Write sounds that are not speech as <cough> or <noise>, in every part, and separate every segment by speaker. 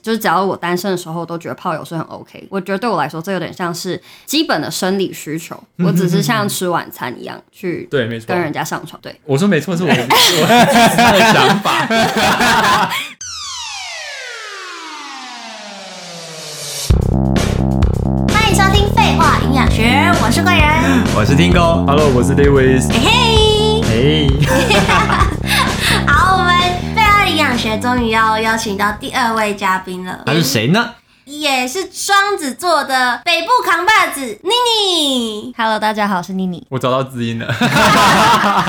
Speaker 1: 就是只要我单身的时候，都觉得泡友是很 OK。我觉得对我来说，这有点像是基本的生理需求，
Speaker 2: 嗯
Speaker 1: 我只是像吃晚餐一样去
Speaker 2: 对，没错
Speaker 1: 跟。人家上床。对，
Speaker 2: 我说没错，是我是我的想法。
Speaker 3: 欢迎收听《废话营养学》，我是贵人。
Speaker 4: 我是听哥，
Speaker 2: Hello，我是 Davis。
Speaker 3: 嘿嘿，
Speaker 2: 哎，
Speaker 3: <laughs> 好，我们《废话营养学》终于要邀请到第二位嘉宾了，
Speaker 4: 他是谁呢？
Speaker 3: 也是双子座的北部扛把子妮妮。
Speaker 1: Hello，大家好，我是妮
Speaker 2: <laughs>，
Speaker 1: 妮
Speaker 2: 我找到知音了。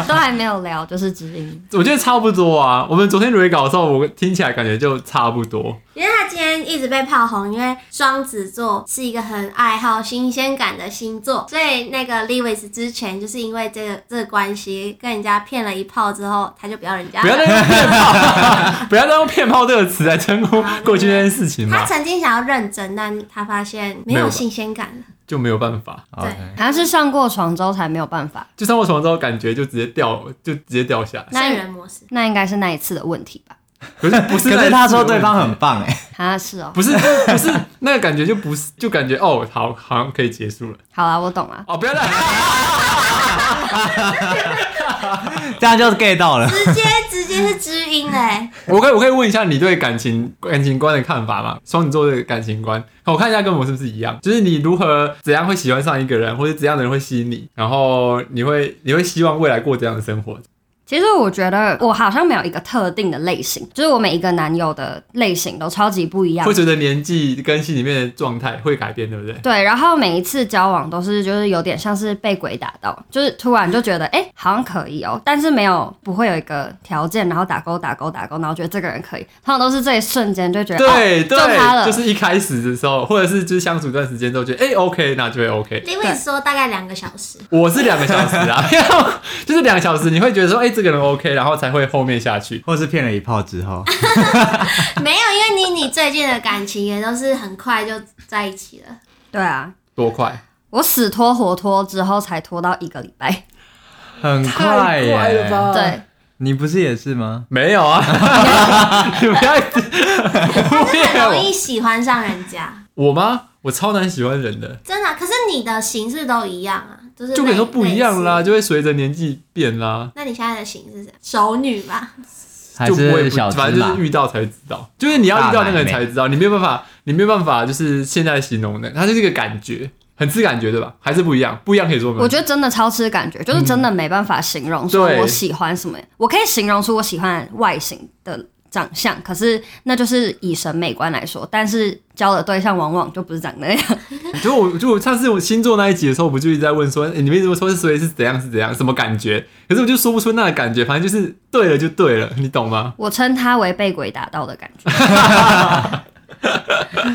Speaker 1: 都还没有聊，就是知音。
Speaker 2: 我觉得差不多啊。我们昨天蕊稿的时候，我听起来感觉就差不多。
Speaker 3: 因为他今天一直被炮轰，因为双子座是一个很爱好新鲜感的星座，所以那个 Lewis 之前就是因为这个这个关系跟人家骗了一炮之后，他就不要人家
Speaker 2: 不要
Speaker 3: 了。
Speaker 2: 再用骗炮， <laughs> 不要再用骗炮这个词来称呼过去这件事情
Speaker 3: 他
Speaker 2: 嘛，
Speaker 3: 曾经想要认真，但他发现
Speaker 2: 嗯没
Speaker 3: 没
Speaker 2: 有
Speaker 3: 有
Speaker 2: 吧哦
Speaker 3: 新鲜感了。
Speaker 2: 就没有办法。
Speaker 3: 对
Speaker 4: OK
Speaker 1: 好像是上过床之后才没有办法，
Speaker 2: 就上过床之后，感觉就直接掉，就直接掉下来。
Speaker 1: 那
Speaker 3: 圣人模式。
Speaker 1: 那应该是那一次的问题吧？
Speaker 2: 可是不是？
Speaker 4: 可是他说对方很棒哎，
Speaker 1: 啊，是哦。
Speaker 2: 不是不是那个感觉就不是，就感觉哦，好，好像可以结束了。
Speaker 1: 好啦，我懂啊了。
Speaker 2: 哦，不要再。
Speaker 4: 这样就 get 到了。
Speaker 3: 直接直接是知音嘞，
Speaker 2: 我可以我可以问一下你对感情感情观的看法吗？双子座的感情观，我看一下跟我是不是一样，就是你如何怎样会喜欢上一个人，或者怎样的人会吸引你，然后你会你会希望未来过怎样的生活？
Speaker 1: 其实我觉得我好像没有一个特定的类型，就是我每一个男友的类型都超级不一样
Speaker 2: 会。随着年纪跟心里面的状态会改变，对不对？
Speaker 1: 对，然后每一次交往都是就是有点像是被鬼打到，就是突然就觉得哎、诶好像可以哦，但是没有不会有一个条件，然后打勾打勾打勾，然后觉得这个人可以，通常都是这一瞬间就觉得哦、
Speaker 2: 对、
Speaker 1: 就他了
Speaker 2: 对，就是一开始的时候，或者是就是相处一段时间之后，觉得哎、OK，那就会 OK。
Speaker 3: 因为说大概两个小时，
Speaker 2: 我是两个小时啊， <laughs> 就是两个小时，你会觉得说哎、这个人 OK，然后才会后面下去。
Speaker 4: 或是骗了一炮之后，
Speaker 3: 没有，因为妮妮最近的感情也都是很快就在一起
Speaker 2: <laughs>
Speaker 3: 了。
Speaker 1: 对啊，
Speaker 2: 多快？
Speaker 1: 我死拖活拖之后才拖到一个礼
Speaker 2: <laughs>
Speaker 1: 拜，
Speaker 4: 很快耶！
Speaker 1: 对，
Speaker 4: 你不是也是吗？
Speaker 2: 没有啊，
Speaker 4: <laughs>
Speaker 2: 你不要一直污
Speaker 3: 很
Speaker 2: 蔑
Speaker 3: 容
Speaker 2: 我。
Speaker 3: 易喜欢上人家，
Speaker 1: <laughs>
Speaker 2: 我吗？我超难喜欢人的，
Speaker 3: 真的。啊可是你的形式都一样啊，就是
Speaker 2: 就跟你说不一样啦，
Speaker 3: 类似。
Speaker 2: 就会随着年纪变啦，
Speaker 3: 那你现在的形式是熟女吧？
Speaker 4: 还
Speaker 2: 就不会
Speaker 4: 是
Speaker 2: 不
Speaker 4: 小芝
Speaker 2: 反正就
Speaker 4: 麻
Speaker 2: 是？遇到才知道，就是你要遇到那个人
Speaker 4: 大奶
Speaker 2: 才知道，你没有办法，你没有办法，就是现在形容的，它就是一个感觉，很吃感觉对吧？还是不一样，不一样可以说吗？
Speaker 1: 我觉得真的超吃感觉，就是真的没办法形容说
Speaker 2: 对
Speaker 1: 我喜欢什么，我可以形容出我喜欢外形的长相，可是那就是以审美观来说，但是交的对象往往就不是长那样。
Speaker 2: 就我就我上次我星座那一集的时候，我不就一直在问说，哎诶你们一直说是所以是怎样是怎样，什么感觉？可是我就说不出那个感觉，反正就是对了就对了，你懂吗？
Speaker 1: 我称它为被鬼打到的感觉。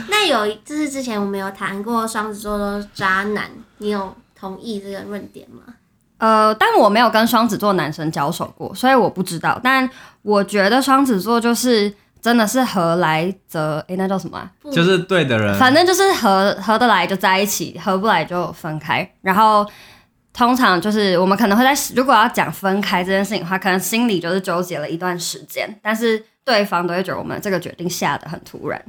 Speaker 3: 那有，就是之前我们有谈过双子座都是渣男，你有同意这个论点吗？
Speaker 1: 呃，但我没有跟双子座男生交手过，所以我不知道。但我觉得双子座就是真的是合来则，诶、那叫什么、啊？
Speaker 3: 不
Speaker 4: 就是对的人，
Speaker 1: 反正就是合合得来就在一起，合不来就分开。然后通常就是我们可能会在如果要讲分开这件事情的话，可能心里就是纠结了一段时间，但是对方都会觉得我们这个决定下得很突然，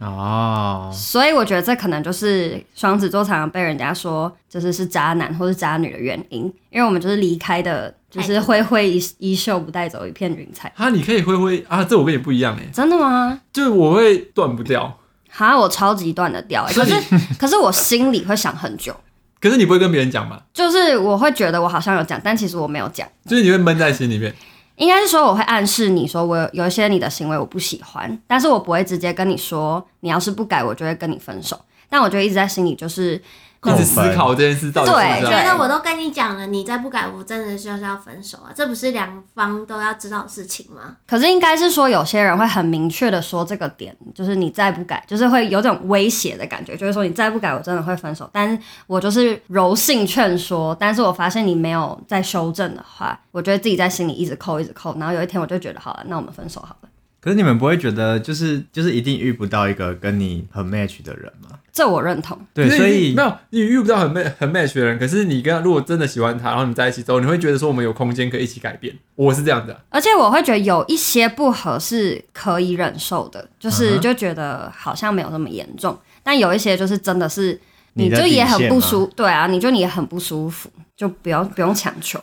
Speaker 4: 哦，
Speaker 1: 所以我觉得这可能就是双子座常常被人家说就是是渣男或是渣女的原因，因为我们就是离开的，就是
Speaker 2: 哎
Speaker 1: 挥挥衣衣袖不带走一片云彩。
Speaker 2: 啊，你可以挥挥啊，这我跟你不一样哎、
Speaker 1: 真的吗？
Speaker 2: 就是我会断不掉。
Speaker 1: 哈，我超级断得掉、欸，可
Speaker 2: 所以
Speaker 1: 是 <laughs> 可是我心里会想很久。
Speaker 2: 可是你不会跟别人讲嘛？
Speaker 1: 就是我会觉得我好像有讲，但其实我没有讲。
Speaker 2: 就是你会闷在心里面。
Speaker 1: 应该是说我会暗示你说我有有一些你的行为我不喜欢，但是我不会直接跟你说，你要是不改，我就会跟你分手。但我就一直在心里，就是
Speaker 2: 一
Speaker 4: 扣
Speaker 2: 直
Speaker 4: 分
Speaker 2: 思考这件事到底
Speaker 1: 对
Speaker 2: 是
Speaker 3: 我
Speaker 2: 不
Speaker 3: 觉
Speaker 2: 是啊？
Speaker 3: 得哎我都跟你讲了，你再不改，我真的就是要分手啊！这不是两方都要知道的事情吗？
Speaker 1: 可是应该是说有些人会很明确的说这个点，就是你再不改，就是会有种威胁的感觉，就是说你再不改，我真的会分手。但是我就是柔性劝说，但是我发现你没有在修正的话，我觉得自己在心里一直扣一直扣，然后有一天我就觉得好了，那我们分手好了。
Speaker 4: 可是你们不会觉得就是就是一定遇不到一个跟你很 match 的人吗？
Speaker 1: 这我认同。
Speaker 4: 对，
Speaker 2: 就是
Speaker 4: 所以
Speaker 2: 没有你遇不到很 match 很 match 的人，可是你跟他如果真的喜欢他，然后你在一起之后，你会觉得说我们有空间可以一起改变。我是这样的、
Speaker 1: 而且我会觉得有一些不合是可以忍受的，就是
Speaker 4: 嗯哼
Speaker 1: 就觉得好像没有那么严重，但有一些就是真的是
Speaker 4: 你
Speaker 1: 你
Speaker 4: 的
Speaker 1: 就也很不
Speaker 4: 底线
Speaker 1: 舒，对啊，你就你也很不舒服，就不要不用强求。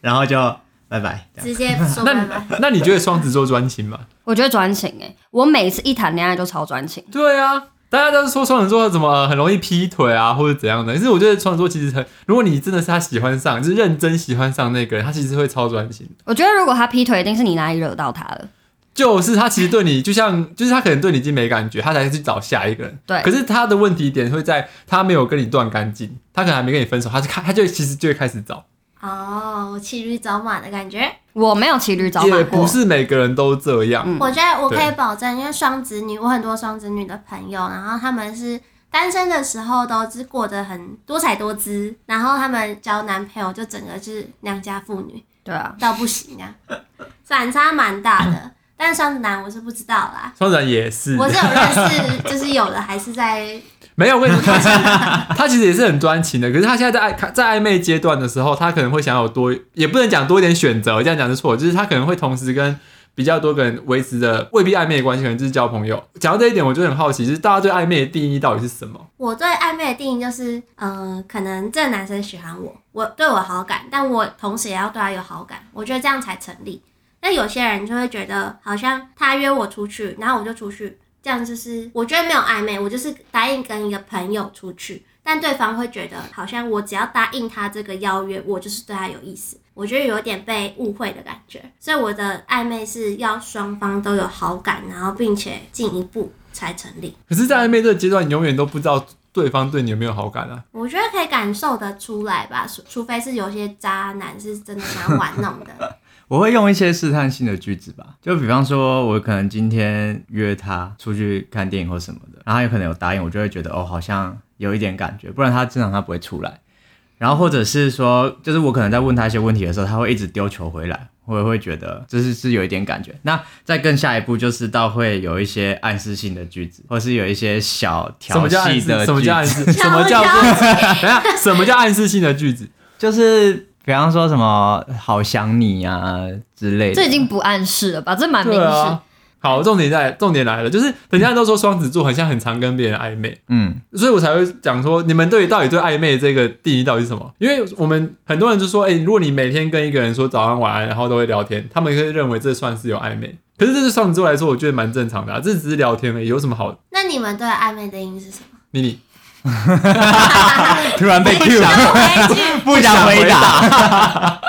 Speaker 4: 然后就拜拜。这样
Speaker 3: 直接说
Speaker 2: 那
Speaker 3: 拜
Speaker 2: <laughs>
Speaker 3: 拜。
Speaker 2: 那你觉得双子座专情吗？
Speaker 1: 我觉得专情哎、我每次一谈恋爱就超专情，
Speaker 2: 对啊，大家都是说双子座怎么很容易劈腿啊，或者怎样的。可是我觉得双子座其实很，如果你真的是他喜欢上，就是认真喜欢上那个人，他其实会超专情的。
Speaker 1: 我觉得如果他劈腿，一定是你哪里惹到他了。
Speaker 2: 就是他其实对你，就像就是他可能对你已经没感觉，他才去找下一个人。
Speaker 1: 对
Speaker 2: 可是他的问题点会在他没有跟你断干净，他可能还没跟你分手，他就开他就其实就会开始找。
Speaker 3: 哦，骑驴找马的感觉。
Speaker 1: 我没有骑驴找马
Speaker 2: 也
Speaker 1: 过
Speaker 2: 不，是每个人都这样。
Speaker 1: 嗯
Speaker 3: 我觉得我可以
Speaker 2: 对
Speaker 3: 保证，因为双子女，我很多双子女的朋友，然后他们是单身的时候都是过得很多彩多姿，然后他们交男朋友就整个是良家妇女
Speaker 1: 对啊，
Speaker 3: 到不行啊，反差蛮大的。但是双子男我是不知道啦，
Speaker 2: 双子男也是，
Speaker 3: 我是有认识，就是有的还是在
Speaker 2: 没有问题。他其实 <laughs> 他其实也是很专情的，可是他现在在暧在暧昧阶段的时候，他可能会想有多，也不能讲多一点选择，这样讲是错的，就是他可能会同时跟。比较多个人维持着未必暧昧的关系，可能就是交朋友。讲到这一点，我就很好奇，就是大家对暧昧的定义到底是什么？
Speaker 3: 我对暧昧的定义就是，嗯、可能这个男生喜欢我，我对我好感，但我同时也要对他有好感，我觉得这样才成立。那有些人就会觉得，好像他约我出去，然后我就出去，这样就是我觉得没有暧昧，我就是答应跟一个朋友出去，但对方会觉得好像我只要答应他这个邀约，我就是对他有意思。我觉得有点被误会的感觉，所以我的暧昧是要双方都有好感，然后并且进一步才成立。
Speaker 2: 可是，在暧昧这个阶段，你永远都不知道对方对你有没有好感啊。
Speaker 3: 我觉得可以感受得出来吧，除除非是有些渣男是真的想要玩弄的。
Speaker 4: 我会用一些试探性的句子吧，就比方说，我可能今天约他出去看电影或什么的，然后他有可能有答应，我就会觉得哦，好像有一点感觉，不然他正常他不会出来。然后或者是说，就是我可能在问他一些问题的时候，他会一直丢球回来，我也会觉得就是是有一点感觉。那再更下一步就是到会有一些暗示性的句子，或是有一些小
Speaker 2: 什
Speaker 4: 调
Speaker 2: 么叫暗
Speaker 4: 戏
Speaker 2: 示？
Speaker 4: 的
Speaker 2: 什么叫
Speaker 4: 句
Speaker 2: 暗
Speaker 4: 子，
Speaker 2: 示？什么叫做？ <laughs> 等一下，什么叫暗示性的句子？
Speaker 4: 就是比方说什么好想你啊之类的。
Speaker 1: 这已经不 <laughs> 暗示了吧？这蛮明
Speaker 2: 对
Speaker 1: 示。
Speaker 2: 啊。好，重点在重点来了，就是人家都说双子座很像很常跟别人暧昧，
Speaker 4: 嗯。
Speaker 2: 所以我才会讲说，你们对到底对暧昧这个定义到底是什么？因为我们很多人就说，哎、如果你每天跟一个人说早安晚安，然后都会聊天，他们会认为这算是有暧昧。可是这对双子座来说，我觉得蛮正常的、啊，这只是聊天而已，有什么好？
Speaker 3: 那你们对暧昧的定义是什么？
Speaker 2: 你 <laughs> 你
Speaker 4: <laughs> 突然被 Q 了，
Speaker 3: 回去
Speaker 4: 不想回答。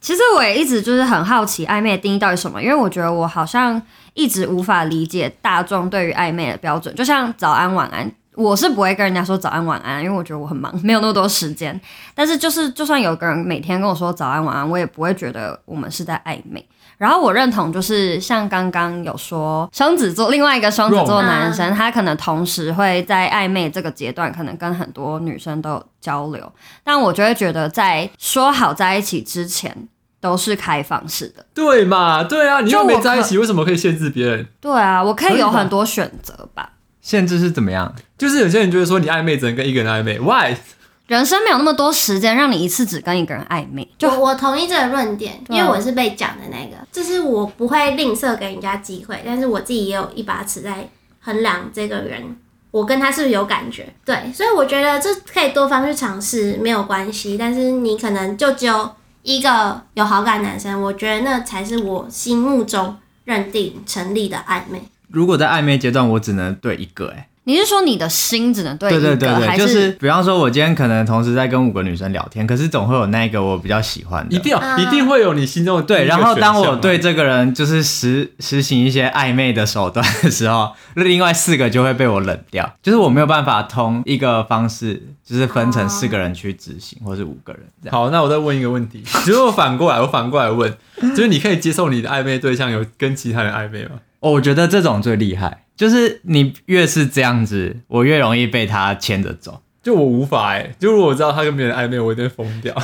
Speaker 1: 其实我也一直就是很好奇暧昧的定义到底是什么，因为我觉得我好像一直无法理解大众对于暧昧的标准。就像早安晚安，我是不会跟人家说早安晚安，因为我觉得我很忙，没有那么多时间。但是就是就算有个人每天跟我说早安晚安，我也不会觉得我们是在暧昧。
Speaker 2: 嗯
Speaker 1: 然后我认同，就是像刚刚有说双子座，另外一个双子座
Speaker 3: Rome
Speaker 1: 男生，他可能同时会在暧昧这个阶段，可能跟很多女生都有交流。但我就会觉得，在说好在一起之前都是开放式的。
Speaker 2: 对嘛？对啊，你又
Speaker 1: 就我
Speaker 2: 没在一起，为什么可以限制别人？
Speaker 1: 对啊，我可
Speaker 2: 可
Speaker 1: 以
Speaker 2: 以
Speaker 1: 有
Speaker 2: 吧
Speaker 1: 很多选择吧。
Speaker 4: 限制是怎么样？
Speaker 2: 就是有些人就会说，你暧昧只能跟一个人暧昧，why？
Speaker 4: <laughs>
Speaker 1: 人生没有那么多时间让你一次只跟一个人暧昧，就
Speaker 3: 我我同意这个论点，
Speaker 1: 对
Speaker 3: 因
Speaker 1: 啊
Speaker 3: 为我是被讲的那个，就是我不会吝啬给人家机会，但是我自己也有一把尺在衡量这个人，我跟他是不是有感觉。对，所以我觉得这可以多方去尝试，没有关系。但是你可能就只有一个有好感的男生，我觉得那才是我心目中认定成立的暧昧。
Speaker 4: 如果在暧昧阶段，我只能对一个、哎，
Speaker 1: 你是说你的心只能对一
Speaker 4: 对
Speaker 1: 个，
Speaker 4: 对对对，
Speaker 1: 还
Speaker 4: 就是比方说，我今天可能同时在跟五个女生聊天，可是总会有那一个我比较喜欢的，
Speaker 2: 一定有，
Speaker 3: 啊
Speaker 2: 一定会有你心中的第
Speaker 4: 对。
Speaker 2: 一个
Speaker 4: 然后
Speaker 2: 选
Speaker 4: 当我
Speaker 2: 项嘛
Speaker 4: 对这个人就是实实行一些暧昧的手段的时候，另外四个就会被我冷掉，就是我没有办法通一个方式，就是分成四个人去执行，或是五个人这样。
Speaker 2: 好，那我再问一个问题，其实我反过来，我反过来问，就是你可以接受你的暧昧对象有跟其他人暧昧吗？
Speaker 4: 哦，我觉得这种最厉害，就是你越是这样子，我越容易被他牵着走。
Speaker 2: 就我无法哎、就如果我知道他跟别人暧昧，我一定会疯
Speaker 4: <laughs>
Speaker 2: 掉。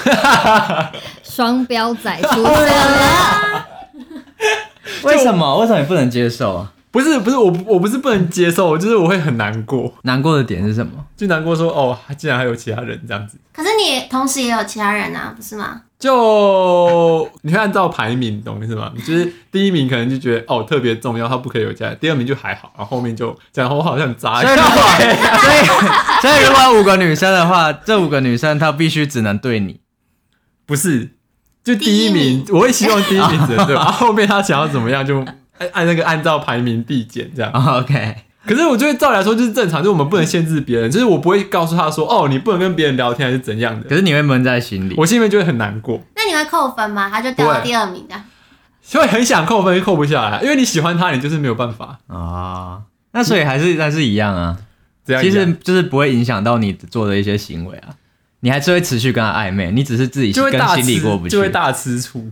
Speaker 1: 双标仔出现了。
Speaker 4: 为什么？为什么你不能接受啊？
Speaker 2: 不是不是，我不我不是不能接受，就是我会很难过，
Speaker 4: 难过的点是什么？
Speaker 2: 就难过说哦，竟然还有其他人这样子。
Speaker 3: 可是你同时也有其他人啊，不是吗？
Speaker 2: 就你会按照排名，懂我意思吗？就是第一名可能就觉得哦特别重要，他不可以有家人；第二名就还好，然后后面就讲我好像渣
Speaker 4: 所以如果， <laughs> 所以所以如果五个女生的话，这五个女生她必须只能对你。
Speaker 2: 不是，就第一名，我会希望第一名只能
Speaker 4: <laughs>
Speaker 2: 对吧，然后后面他想要怎么样就按按那个按照排名递减这样。
Speaker 4: 哦 OK，
Speaker 2: 可是我觉得照理来说就是正常，就是我们不能限制别人，就是我不会告诉他说哦你不能跟别人聊天还是怎样的，
Speaker 4: 可是你会闷在心里。
Speaker 2: 我心里面就会很难过，
Speaker 3: 那你会扣分吗？他就掉
Speaker 2: 不
Speaker 3: 到
Speaker 2: 会
Speaker 3: 第二名这样。
Speaker 2: 就会很想扣分扣不下来，因为你喜欢他，你就是没有办法
Speaker 4: 啊、那所以还是但是一样啊，
Speaker 2: 这样一
Speaker 4: 其
Speaker 2: 样。
Speaker 4: 实就是不会影响到你做的一些行为啊，你还是会持续跟他暧昧，你只是自己
Speaker 2: 就会
Speaker 4: 跟
Speaker 2: 大
Speaker 4: 心
Speaker 2: 吃
Speaker 4: 里过不去，
Speaker 2: 就会大吃醋。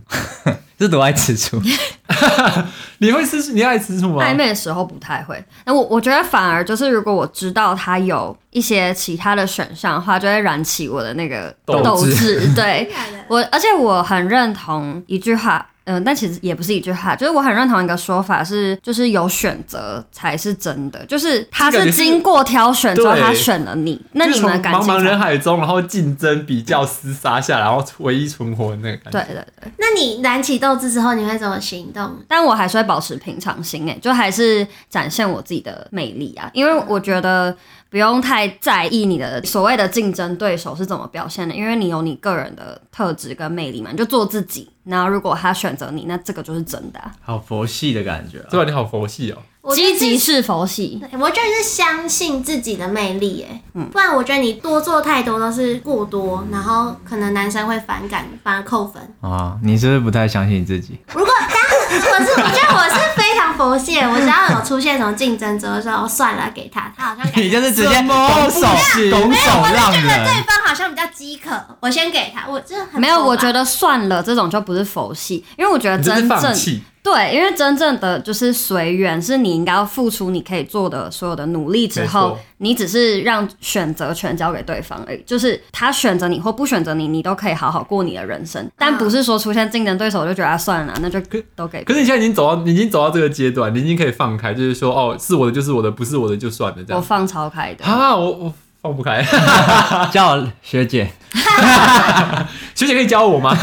Speaker 4: 这多爱吃醋。
Speaker 2: <laughs> 你会吃醋？你爱吃醋吗？
Speaker 1: 暧昧的时候不太会。那我我觉得反而就是，如果我知道他有一些其他的选项的话，就会燃起我的那个
Speaker 2: 斗
Speaker 1: 斗
Speaker 4: 志
Speaker 1: 志。 <laughs> 对
Speaker 3: 真的假的
Speaker 1: 我，而且我很认同一句话。嗯，但其实也不是一句话，就是我很认同一个说法是，就是有选择才是真的，就是他
Speaker 2: 这个
Speaker 1: 是
Speaker 2: 也是
Speaker 1: 经过挑选之后，
Speaker 2: 对
Speaker 1: 他选了你，那
Speaker 2: 就是
Speaker 1: 你们的
Speaker 2: 从
Speaker 1: 感
Speaker 2: 茫
Speaker 1: 情
Speaker 2: 茫
Speaker 1: 才
Speaker 2: 人海中，然后竞争、比较、厮杀下，然后唯一存活的那个感觉。
Speaker 1: 对对对。
Speaker 3: 那你燃起斗志之后，你会怎么行动？
Speaker 1: 但我还是会保持平常心、欸，就还是展现我自己的魅力啊，因为我觉得不用太在意你的所谓的竞争对手是怎么表现的，因为你有你个人的特质跟魅力嘛，你就做自己。那如果他选择你，那这个就是真的、啊。
Speaker 4: 好佛系的感觉、啊
Speaker 2: 对吧？你好佛系哦、
Speaker 3: 我觉得
Speaker 1: 积极是佛系，
Speaker 3: 对我觉得是相信自己的魅力，哎，不然我觉得你多做太多都是过多，然后可能男生会反感，反而扣分。
Speaker 4: 啊！你是不是不太相信自
Speaker 2: <laughs>
Speaker 4: 己？
Speaker 3: 如果当我是，我觉得我是非常佛系的，我只要有出现什么竞争者的时候，算了，给他，他好像感
Speaker 4: 你
Speaker 3: 觉
Speaker 4: 就是直接
Speaker 2: 哎什么
Speaker 4: 拱手
Speaker 2: 不行
Speaker 4: 拱手让
Speaker 3: 对
Speaker 4: 人。
Speaker 3: 方好像比较饥渴，我先给他，我这很
Speaker 1: 没有，
Speaker 3: 佛吧
Speaker 1: 我觉得算了，这种就不是佛系，因为我觉得
Speaker 2: 你这是
Speaker 1: 呃真
Speaker 2: 放
Speaker 1: 正
Speaker 2: 弃，
Speaker 1: 对，因为真正的就是随缘，是你应该要付出你可以做的所有的努力之
Speaker 2: 没
Speaker 1: 后
Speaker 2: 错，
Speaker 1: 你只是让选择权交给对方而已。就是他选择你或不选择你，你都可以好好过你的人生，但不是说出现竞争对手我就觉得、啊、算了，那就都给。
Speaker 2: 啊可是你现在已经走到，你已经走到这个阶段，你已经可以放开，就是说，哦，是我的就是我的，不是我的就算了，这
Speaker 1: 我
Speaker 2: 样。
Speaker 1: 放超开的，
Speaker 2: 啊，我我放不开。 <laughs>
Speaker 4: 叫学姐，
Speaker 2: 学姐可以教我吗？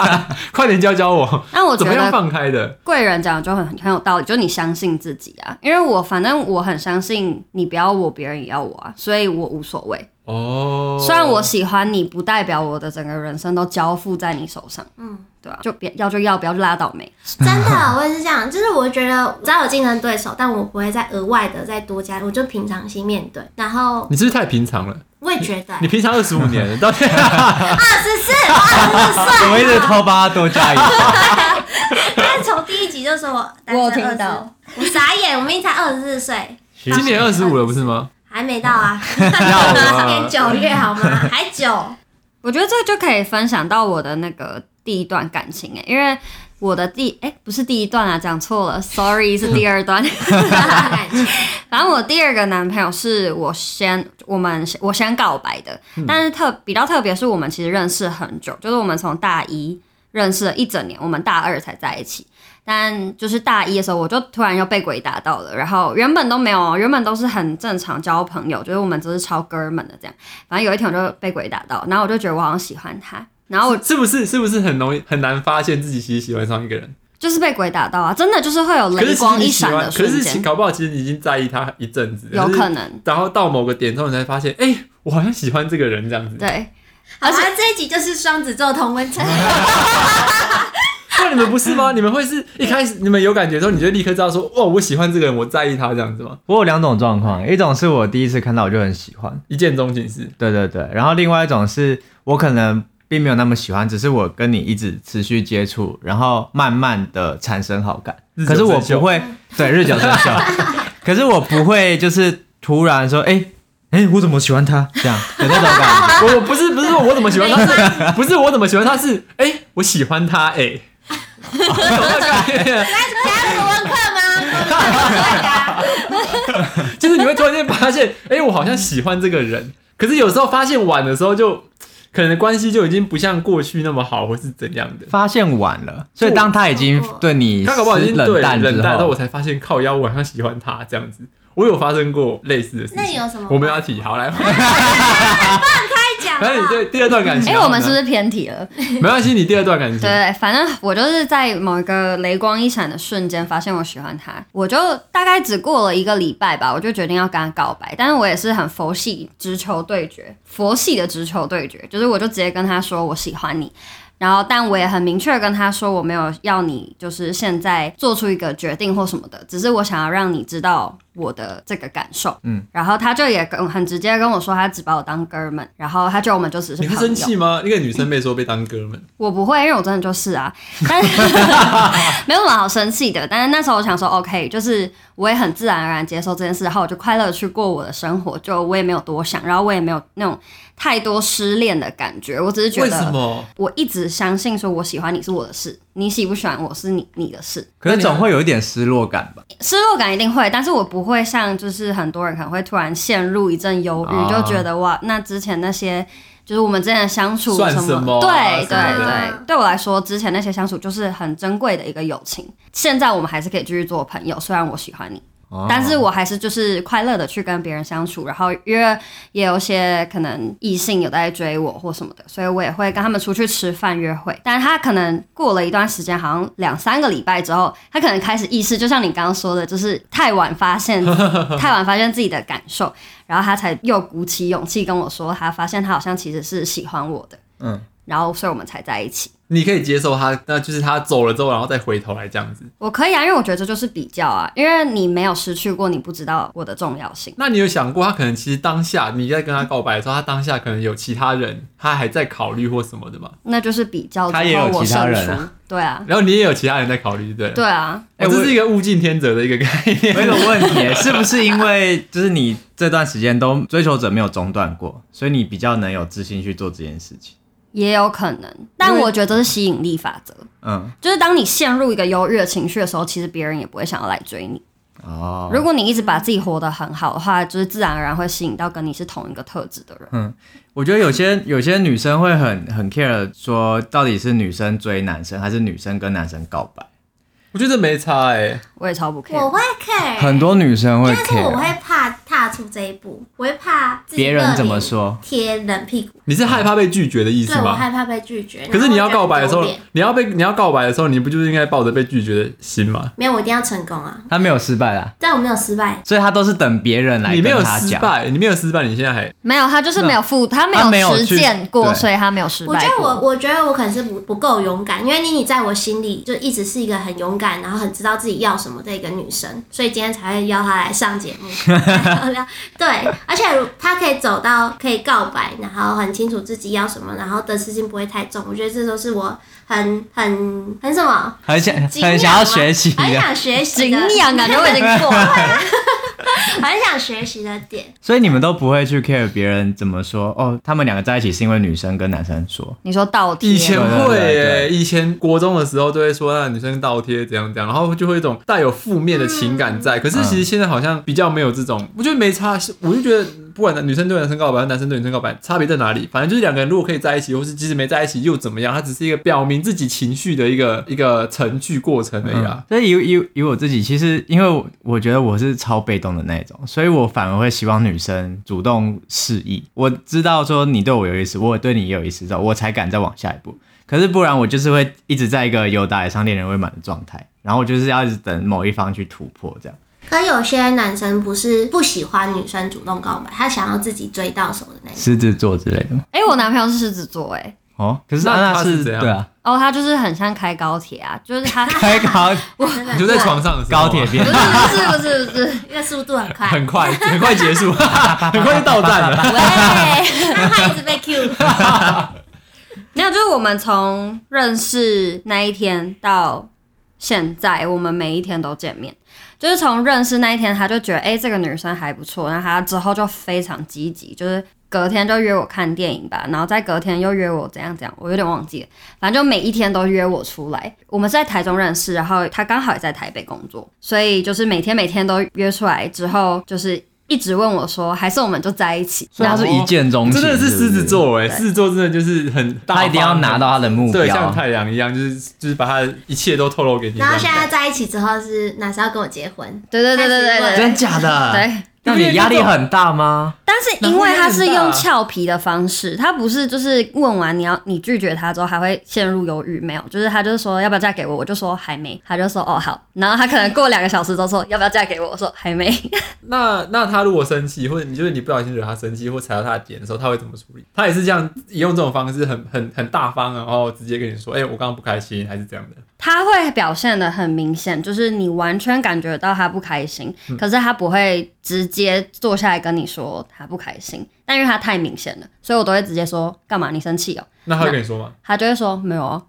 Speaker 2: <laughs> 快点教教我，
Speaker 1: 那我觉
Speaker 2: 怎么样
Speaker 1: 得
Speaker 2: 放开的？
Speaker 1: 贵人讲的就很很有道理，就你相信自己啊。因为我反正我很相信你不要我，别人也要我啊，所以我无所谓。
Speaker 2: 哦，
Speaker 1: 虽然我喜欢你，不代表我的整个人生都交付在你手上。
Speaker 3: 嗯
Speaker 1: 嗯，对吧、就别要就要，不要就拉倒没。
Speaker 3: <laughs> 真的，
Speaker 4: <laughs>
Speaker 3: 我也是这样，就是我觉得只要有竞争对手，但我不会再额外的再多加，我就平常心面对。然后
Speaker 2: 你是不是太平常了？
Speaker 3: 我也觉得
Speaker 2: 你平常二十五
Speaker 1: <laughs>
Speaker 2: 年了，到底
Speaker 3: 二十
Speaker 4: <laughs>
Speaker 3: 四、二十四
Speaker 4: 怎么一直偷帮她多加
Speaker 2: <laughs>
Speaker 4: 一个？
Speaker 3: 岁， <laughs> 但从第一集就说我单身
Speaker 1: 我有听到
Speaker 3: 20，我傻眼，我明明才二十四岁，
Speaker 2: 今年二十五了，不是吗？
Speaker 3: 还没到
Speaker 2: 啊
Speaker 3: 啊，今年九月好吗？
Speaker 1: <laughs>
Speaker 3: 还久，
Speaker 1: 我觉得这就可以分享到我的那个第一段感情诶、因为我的第哎、不是第一段啊，讲错了，sorry 是第二段。
Speaker 3: 感觉
Speaker 1: 反正我第二个男朋友是我先我们我先告白的，
Speaker 2: 嗯
Speaker 1: 但是特比较特别是我们其实认识很久，就是我们从大一认识了一整年，我们大二才在一起。但就是大一的时候，我就突然又被鬼打到了，然后原本都没有，原本都是很正常交朋友，就是我们只是超哥们的这样。反正有一天我就被鬼打到，然后我就觉得我好像喜欢他，然后我
Speaker 2: 是不是是不是很容易很难发现自己其实喜欢上一个人？
Speaker 1: 就是被鬼打到啊，真的就是会有
Speaker 2: 可是
Speaker 1: 雷
Speaker 2: 其实
Speaker 1: 光
Speaker 2: 你
Speaker 1: 一
Speaker 2: 喜
Speaker 1: 闪
Speaker 2: 欢，
Speaker 1: 的
Speaker 2: 可
Speaker 1: 瞬
Speaker 2: 是其
Speaker 1: 间，
Speaker 2: 搞不好其实你已经在意他一阵子，
Speaker 1: 有
Speaker 2: 可是
Speaker 1: 可能
Speaker 2: 然后到某个点之后，你才发现，哎、我好像喜欢这个人这样子。
Speaker 1: 对。
Speaker 3: 好像这一集就是双子座同
Speaker 4: <laughs>
Speaker 3: 温层，
Speaker 2: 那你们不
Speaker 1: <laughs>
Speaker 2: 是吗？你们会是一开始你们有感觉之后，你就立刻知道说，哦，我喜欢这个人，我在意他这样子吗？
Speaker 4: 我有两种状况，一种是我第一次看到我就很喜欢，
Speaker 2: 一见钟情
Speaker 1: <laughs>
Speaker 2: 是
Speaker 4: 对对对，然后另外一种是我可能并没有那么喜欢，只是我跟你一直持续接触，然后慢慢的产生好感
Speaker 2: 日，久
Speaker 4: 可是我
Speaker 2: 生
Speaker 4: 不
Speaker 2: 修
Speaker 4: 会对日久生
Speaker 2: <laughs>
Speaker 4: 修，可是我不会就是突然说，哎、哎、我怎么喜欢他这样有那种感觉。
Speaker 2: 我我不是不是说我怎么喜欢他，是不是我怎么喜欢他是，哎、我喜欢他哎、
Speaker 1: <laughs>
Speaker 2: 懂那个概念吗
Speaker 3: 大家国文课吗？国文课大家
Speaker 2: 就是你会突然间发现，哎、我好像喜欢这个人。可是有时候发现晚的时候就，可能关系就已经不像过去那么好，或是怎样的。
Speaker 4: 发现晚
Speaker 2: <laughs>
Speaker 4: 了，所以当他已经
Speaker 3: 哦
Speaker 4: 对你
Speaker 2: 他搞不好已经对
Speaker 4: 冷淡
Speaker 2: 冷
Speaker 4: 之
Speaker 2: 淡到我
Speaker 4: 后，
Speaker 2: 才发现靠腰，我好像喜欢他这样子。我有发生过类似的事情，
Speaker 3: 那你有什么
Speaker 2: 我们要提好来，
Speaker 3: 太讲
Speaker 2: 反正你
Speaker 3: 了，
Speaker 2: 对第二段感情，
Speaker 1: 哎、我们是不是偏题了？
Speaker 2: 没关系？你第二段感情，
Speaker 1: 对，啊反正我就是在某一个雷光一闪的瞬间发现我喜欢他，我就大概只过了一个礼拜吧，我就决定要跟他告白。但是我也是很佛系直球对决，佛系的直球对决，就是我就直接跟他说我喜欢你。然后，但我也很明确地跟他说，我没有要你，就是现在做出一个决定或什么的，只是我想要让你知道我的这个感受。
Speaker 4: 嗯，
Speaker 1: 然后他就也跟很直接跟我说，他只把我当哥们，然后他就我们就只是
Speaker 2: 你
Speaker 1: 朋
Speaker 2: 会
Speaker 1: 友。
Speaker 2: 生气吗？那个女生被说被当哥们，
Speaker 1: 我不会，因为我真的就是
Speaker 2: <laughs>
Speaker 1: 啊，但是 <laughs> 没有什么好生气的。但是那时候我想说，OK，就是我也很自然而然接受这件事，然后我就快乐地去过我的生活，就我也没有多想，然后我也没有那种太多失恋的感觉，我只是觉
Speaker 2: 为什
Speaker 1: 得
Speaker 2: 么？
Speaker 1: 我一直相信说我喜欢你是我的事，你喜不喜欢我是你你的事，
Speaker 4: 可是总会有一点失落感吧？
Speaker 1: 失落感一定会，但是我不会像就是很多人可能会突然陷入一阵忧郁，
Speaker 4: 啊
Speaker 1: 就觉得哇，那之前那些就是我们之前的相处
Speaker 2: 算
Speaker 1: 什
Speaker 2: 什么啊
Speaker 1: 对
Speaker 2: 什
Speaker 3: 么
Speaker 1: 对
Speaker 3: 的
Speaker 1: 对，对我来说，之前那些相处就是很珍贵的一个友情。现在我们还是可以继续做朋友，虽然我喜欢你，
Speaker 4: 哦
Speaker 1: 但是我还是就是快乐的去跟别人相处，然后因为也有些可能异性有在追我或什么的，所以我也会跟他们出去吃饭约会。但是他可能过了一段时间，好像两三个礼拜之后，他可能开始意识，就像你刚刚说的，就是太晚发现，太晚发现自己的感受，然后他才又鼓起勇气跟我说，他发现他好像其实是喜欢我的，
Speaker 4: 嗯，
Speaker 1: 然后所以我们才在一起。
Speaker 2: 你可以接受他，那就是他走了之后，然后再回头来这样子。
Speaker 1: 我可以啊，因为我觉得这就是比较啊，因为你没有失去过，你不知道我的重要性。
Speaker 2: 那你有想过，他可能其实当下你在跟他告白的时候，他当下可能有其他人，他还在考虑或什么的嘛？
Speaker 1: 那就是比较之
Speaker 4: 他也有
Speaker 1: 后我
Speaker 4: 其他
Speaker 1: 胜
Speaker 4: 人
Speaker 1: 出，
Speaker 4: 啊
Speaker 1: 对啊，
Speaker 2: 然后你也有其他人在考虑，对了。
Speaker 1: 对啊，
Speaker 2: 哎、
Speaker 4: 哎
Speaker 2: 这
Speaker 4: 我
Speaker 2: 是一个物竞天择的一个概
Speaker 4: 我
Speaker 2: 念。
Speaker 4: 有个问题，是不是因为就是你这段时间都追求者没有中断过，所以你比较能有自信去做这件事情？
Speaker 1: 也有可能，但我觉得这是吸引力法则，
Speaker 4: 嗯，
Speaker 1: 就是当你陷入一个优越的情绪的时候，其实别人也不会想要来追你。
Speaker 4: 哦，
Speaker 1: 如果你一直把自己活得很好的话，就是自然而然会吸引到跟你是同一个特质的人。
Speaker 4: 我觉得有些有些女生会很很 care 说到底是女生追男生还是女生跟男生告白，
Speaker 2: 我觉得没差哎、
Speaker 1: 我也超不 care，
Speaker 3: 我会 care，
Speaker 4: 很多女生会
Speaker 3: 但哎是我
Speaker 4: care
Speaker 3: 会怕踏出这一步，我会怕自己
Speaker 4: 别人怎么说，
Speaker 3: 贴冷屁股，
Speaker 2: 你是害怕被拒绝的意思
Speaker 3: 对我
Speaker 2: 吗？
Speaker 3: 害怕被拒绝。
Speaker 2: 可是你要告白的时候
Speaker 3: 然后我觉得很丢脸，
Speaker 2: 你要被你要告白的时候，你不就是应该抱着被拒绝的心吗？
Speaker 3: 没有，我一定要成功啊！
Speaker 4: 她没有失败啦，
Speaker 3: 但我没有失败，
Speaker 4: 所以她都是等别人来
Speaker 2: 你没有
Speaker 4: 跟她
Speaker 2: 失
Speaker 4: 讲。
Speaker 2: 败，你没有失败，你现在还
Speaker 1: 没有他就是没有付，他
Speaker 4: 他没
Speaker 1: 没
Speaker 4: 有
Speaker 1: 有
Speaker 4: 去
Speaker 1: 实践过，
Speaker 4: 对
Speaker 1: 所以他没有失败
Speaker 3: 我觉得
Speaker 1: 过
Speaker 3: 我，我觉得我可能是不不够勇敢，因为妮妮在我心里就一直是一个很勇敢，然后很知道自己要什么的一个女生，所以今天才会邀她来上节
Speaker 2: <laughs>
Speaker 3: 目。对，而且她可以走到可以告白，然后很清楚自己要什么，然后得失心不会太重。我觉得这都是我很很很什么，
Speaker 4: 很想
Speaker 3: 敬仰
Speaker 4: 很想要学习
Speaker 3: 很
Speaker 4: 的，啊
Speaker 3: 想学习
Speaker 1: 尽
Speaker 4: <laughs>
Speaker 3: 的，
Speaker 1: 量感觉我已经过了。
Speaker 3: <laughs> 很想学习的点。
Speaker 4: 所以你们都不会去 care 别人怎么说哦。他们两个在一起是因为女生跟男生说，
Speaker 1: 你说倒贴
Speaker 2: 以前
Speaker 1: 吗
Speaker 2: 会、
Speaker 4: 啊对对
Speaker 2: 欸，
Speaker 4: 对啊
Speaker 2: 以前国中的时候都会说让女生倒贴怎样怎样，然后就会有一种带有负面的情感
Speaker 4: 嗯
Speaker 2: 在。可是其实现在好像比较没有这种，我觉得没差。是我就觉得不管男女生对男生告白，还是男生对女生告白，差别在哪里？反正就是两个人如果可以在一起，或是即使没在一起又怎么样？它只是一个表明自己情绪的一个一个程序过程而已
Speaker 4: 嗯
Speaker 2: 啊。，
Speaker 4: 所以以以以我自己，其实因为我我觉得我是超被动的那一种，所以我反而会希望女生主动示意。我知道说你对我有意思，我也对你也有意思之后，我才敢再往下一步。可是不然，我就是会一直在一个有打野上恋人未满的状态，然后我就是要一直等某一方去突破这样。
Speaker 3: 可有些男生不是不喜欢女生主动告白，他想要自己追到手的那种。
Speaker 4: 狮子座之类的吗
Speaker 1: 哎、我男朋友是狮子座、哎，
Speaker 4: 哦，可是
Speaker 2: 那
Speaker 4: 安娜
Speaker 2: 他是
Speaker 4: 是
Speaker 2: 怎样
Speaker 4: 对啊，
Speaker 1: 哦，他就是很像开高铁啊，就是他， <laughs> 不
Speaker 2: <laughs>
Speaker 4: 开高
Speaker 3: 真的
Speaker 2: 你就在床上的时候啊
Speaker 4: 嗯高铁边
Speaker 1: 是不是不是不是，
Speaker 3: 因为速度很快，
Speaker 2: 很快，很快结束，很快就到站了。
Speaker 3: 喂，他怕一直被
Speaker 1: <laughs>
Speaker 3: Q。
Speaker 1: 没有，就是我们从认识那一天到现在，我们每一天都见面。就是从认识那一天，他就觉得哎、诶这个女生还不错，然后他之后就非常积极，就是隔天就约我看电影吧，然后再隔天又约我怎样怎样，我有点忘记了，反正就每一天都约我出来。我们是在台中认识，然后他刚好也在台北工作，所以就是每天每天都约出来之后，就是一直问我说，还是我们就在一起。
Speaker 4: <laughs> 所以他是一见钟情，
Speaker 2: 真的是狮子
Speaker 4: 是
Speaker 2: 座哎，
Speaker 1: 对
Speaker 2: 狮子座真的就是很大方，
Speaker 4: 他一定要拿到他的目
Speaker 2: 很
Speaker 4: 标，
Speaker 2: 对，像太阳一样，就是就是把他一切都透露 <laughs> 给你。
Speaker 3: 然后现在在一起之后是哪时候跟我结婚？
Speaker 1: 对对对对对对
Speaker 4: 真
Speaker 1: 对
Speaker 4: 的假的？，
Speaker 1: 对。
Speaker 4: 那你压力很大吗？
Speaker 1: 但是因为他是用俏皮的方式，他不是就是问完你要你拒绝他之后还会陷入犹豫，没有，就是他就是说要不要嫁给我，我就说还没，他就说哦好，然后他可能过两个小时之后说要不要嫁给我，我说还 <laughs> 没，
Speaker 2: 那那他如果生气，或者你就是你不小心惹他生气，或踩到他的点的时候，他会怎么处理？他也是这样，也用这种方式很很很大方，然后直接跟你说，哎、我刚刚不开心，还是这样的。
Speaker 1: 他会表现的很明显，就是你完全感觉到他不开心，可是他不会直接坐下来跟你说他不开心，但因为他太明显了，所以我都会直接说干嘛你生气哦，
Speaker 2: 那他会跟你说吗？
Speaker 1: 他就会说没有啊，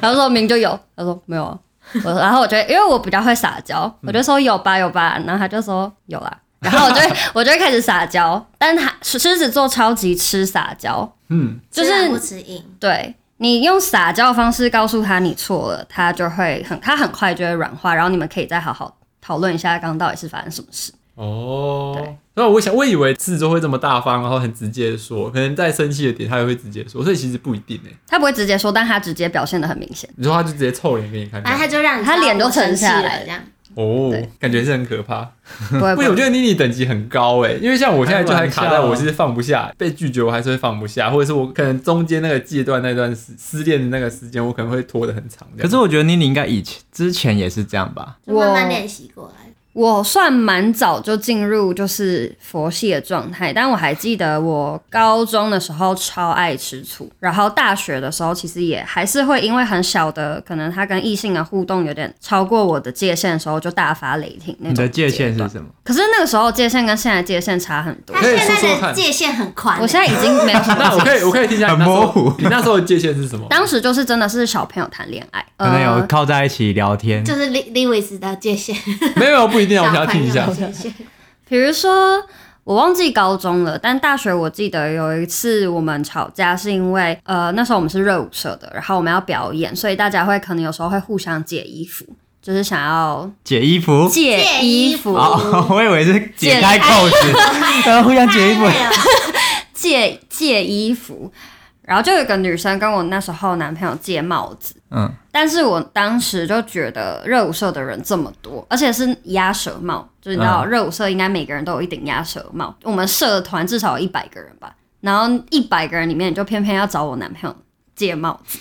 Speaker 1: 然后说明就有，他说没有啊，我说然后我觉得因为我比较会撒娇，我就说有吧有吧，然后他就说有啦，然后我就会我就会开始撒娇，但他狮子座超级吃撒娇，
Speaker 2: 嗯，
Speaker 1: 就
Speaker 3: 吃软不
Speaker 1: 是
Speaker 3: 吃硬，
Speaker 1: 对你用撒娇的方式告诉他你错了，他就会很他很快就会软化，然后你们可以再好好讨论一下刚刚到底是发生什么事。
Speaker 2: 哦
Speaker 1: 对。
Speaker 2: 那我想，我以为狮子座会这么大方，然后很直接说，可能在生气的点他也会直接说，所以其实不一定哎、
Speaker 1: 他不会直接说，但他直接表现的很明显。
Speaker 2: 你说他就直接臭脸给你看
Speaker 3: 反正哎他
Speaker 2: 看，
Speaker 3: 就让你知道
Speaker 1: 他脸都
Speaker 3: 我生
Speaker 1: 沉
Speaker 3: 气
Speaker 1: 下
Speaker 3: 了
Speaker 1: 来
Speaker 3: 这样。
Speaker 2: 哦
Speaker 1: 对，
Speaker 2: 感觉是很可怕。
Speaker 1: 不会，
Speaker 2: 呃不
Speaker 1: 不
Speaker 2: 行，我觉
Speaker 1: 会，
Speaker 2: 得妮妮等级很高哎、因为像我啊现在就还卡在我是放不下，被拒绝我还是会放不下，或者是我可能中间那个阶段那段失失恋的那个时间，我可能会拖得很长这样。
Speaker 4: 可是我觉得妮妮应该以前之前也是这样吧？
Speaker 3: 就慢慢
Speaker 1: 我
Speaker 3: 练习过来。
Speaker 1: 我算蛮早就进入就是佛系的状态，但我还记得我高中的时候超爱吃醋，然后大学的时候其实也还是会因为很小的，可能他跟异性的互动有点超过我的界限的时候，就大发雷霆那
Speaker 4: 你
Speaker 1: 种。
Speaker 4: 的界限是什么？
Speaker 1: 可是那个时候界限跟现在界限差很多
Speaker 3: 他，
Speaker 2: 可以
Speaker 3: 现
Speaker 2: 说说
Speaker 3: 在的
Speaker 2: 看
Speaker 3: 界限很宽欸，
Speaker 1: 我现在已经没有什么
Speaker 2: 那我
Speaker 1: 界
Speaker 2: 可以，
Speaker 1: 限。
Speaker 2: 我可以听一下你
Speaker 4: 很
Speaker 2: 那时候
Speaker 4: 模糊
Speaker 2: 你那时候的界限是什么？
Speaker 1: 当时就是真的是小朋友谈恋爱，
Speaker 4: 可能有
Speaker 1: 呃
Speaker 4: 靠在一起聊天，
Speaker 3: 就是 Li- Lewis 的界限，
Speaker 2: 没有，不一定啊，我
Speaker 3: 小
Speaker 2: 想要
Speaker 3: 朋
Speaker 2: 听一
Speaker 3: 友
Speaker 2: 下
Speaker 3: 的。界限。
Speaker 1: 比如说，我忘记高中了，但大学我记得有一次我们吵架，是因为呃那时候我们是热舞社的，然后我们要表演，所以大家会可能有时候会互相借衣服，就是想要
Speaker 4: 解衣服。
Speaker 1: 借
Speaker 3: 借
Speaker 1: 衣
Speaker 3: 衣
Speaker 1: 服、
Speaker 4: 哦， <laughs> 我以为是解开扣子， <laughs> 然后互相解衣服。
Speaker 3: 哎呦
Speaker 1: 借借衣服，然后就有一个女生跟我那时候男朋友借帽子。
Speaker 4: 嗯，
Speaker 1: 但是我当时就觉得热舞社的人这么多，而且是鸭舌帽，就是你知道热舞社应该每个人都有一顶鸭舌帽，我们社团至少有一百个人吧，然后一百个人里面你就偏偏要找我男朋友借帽子，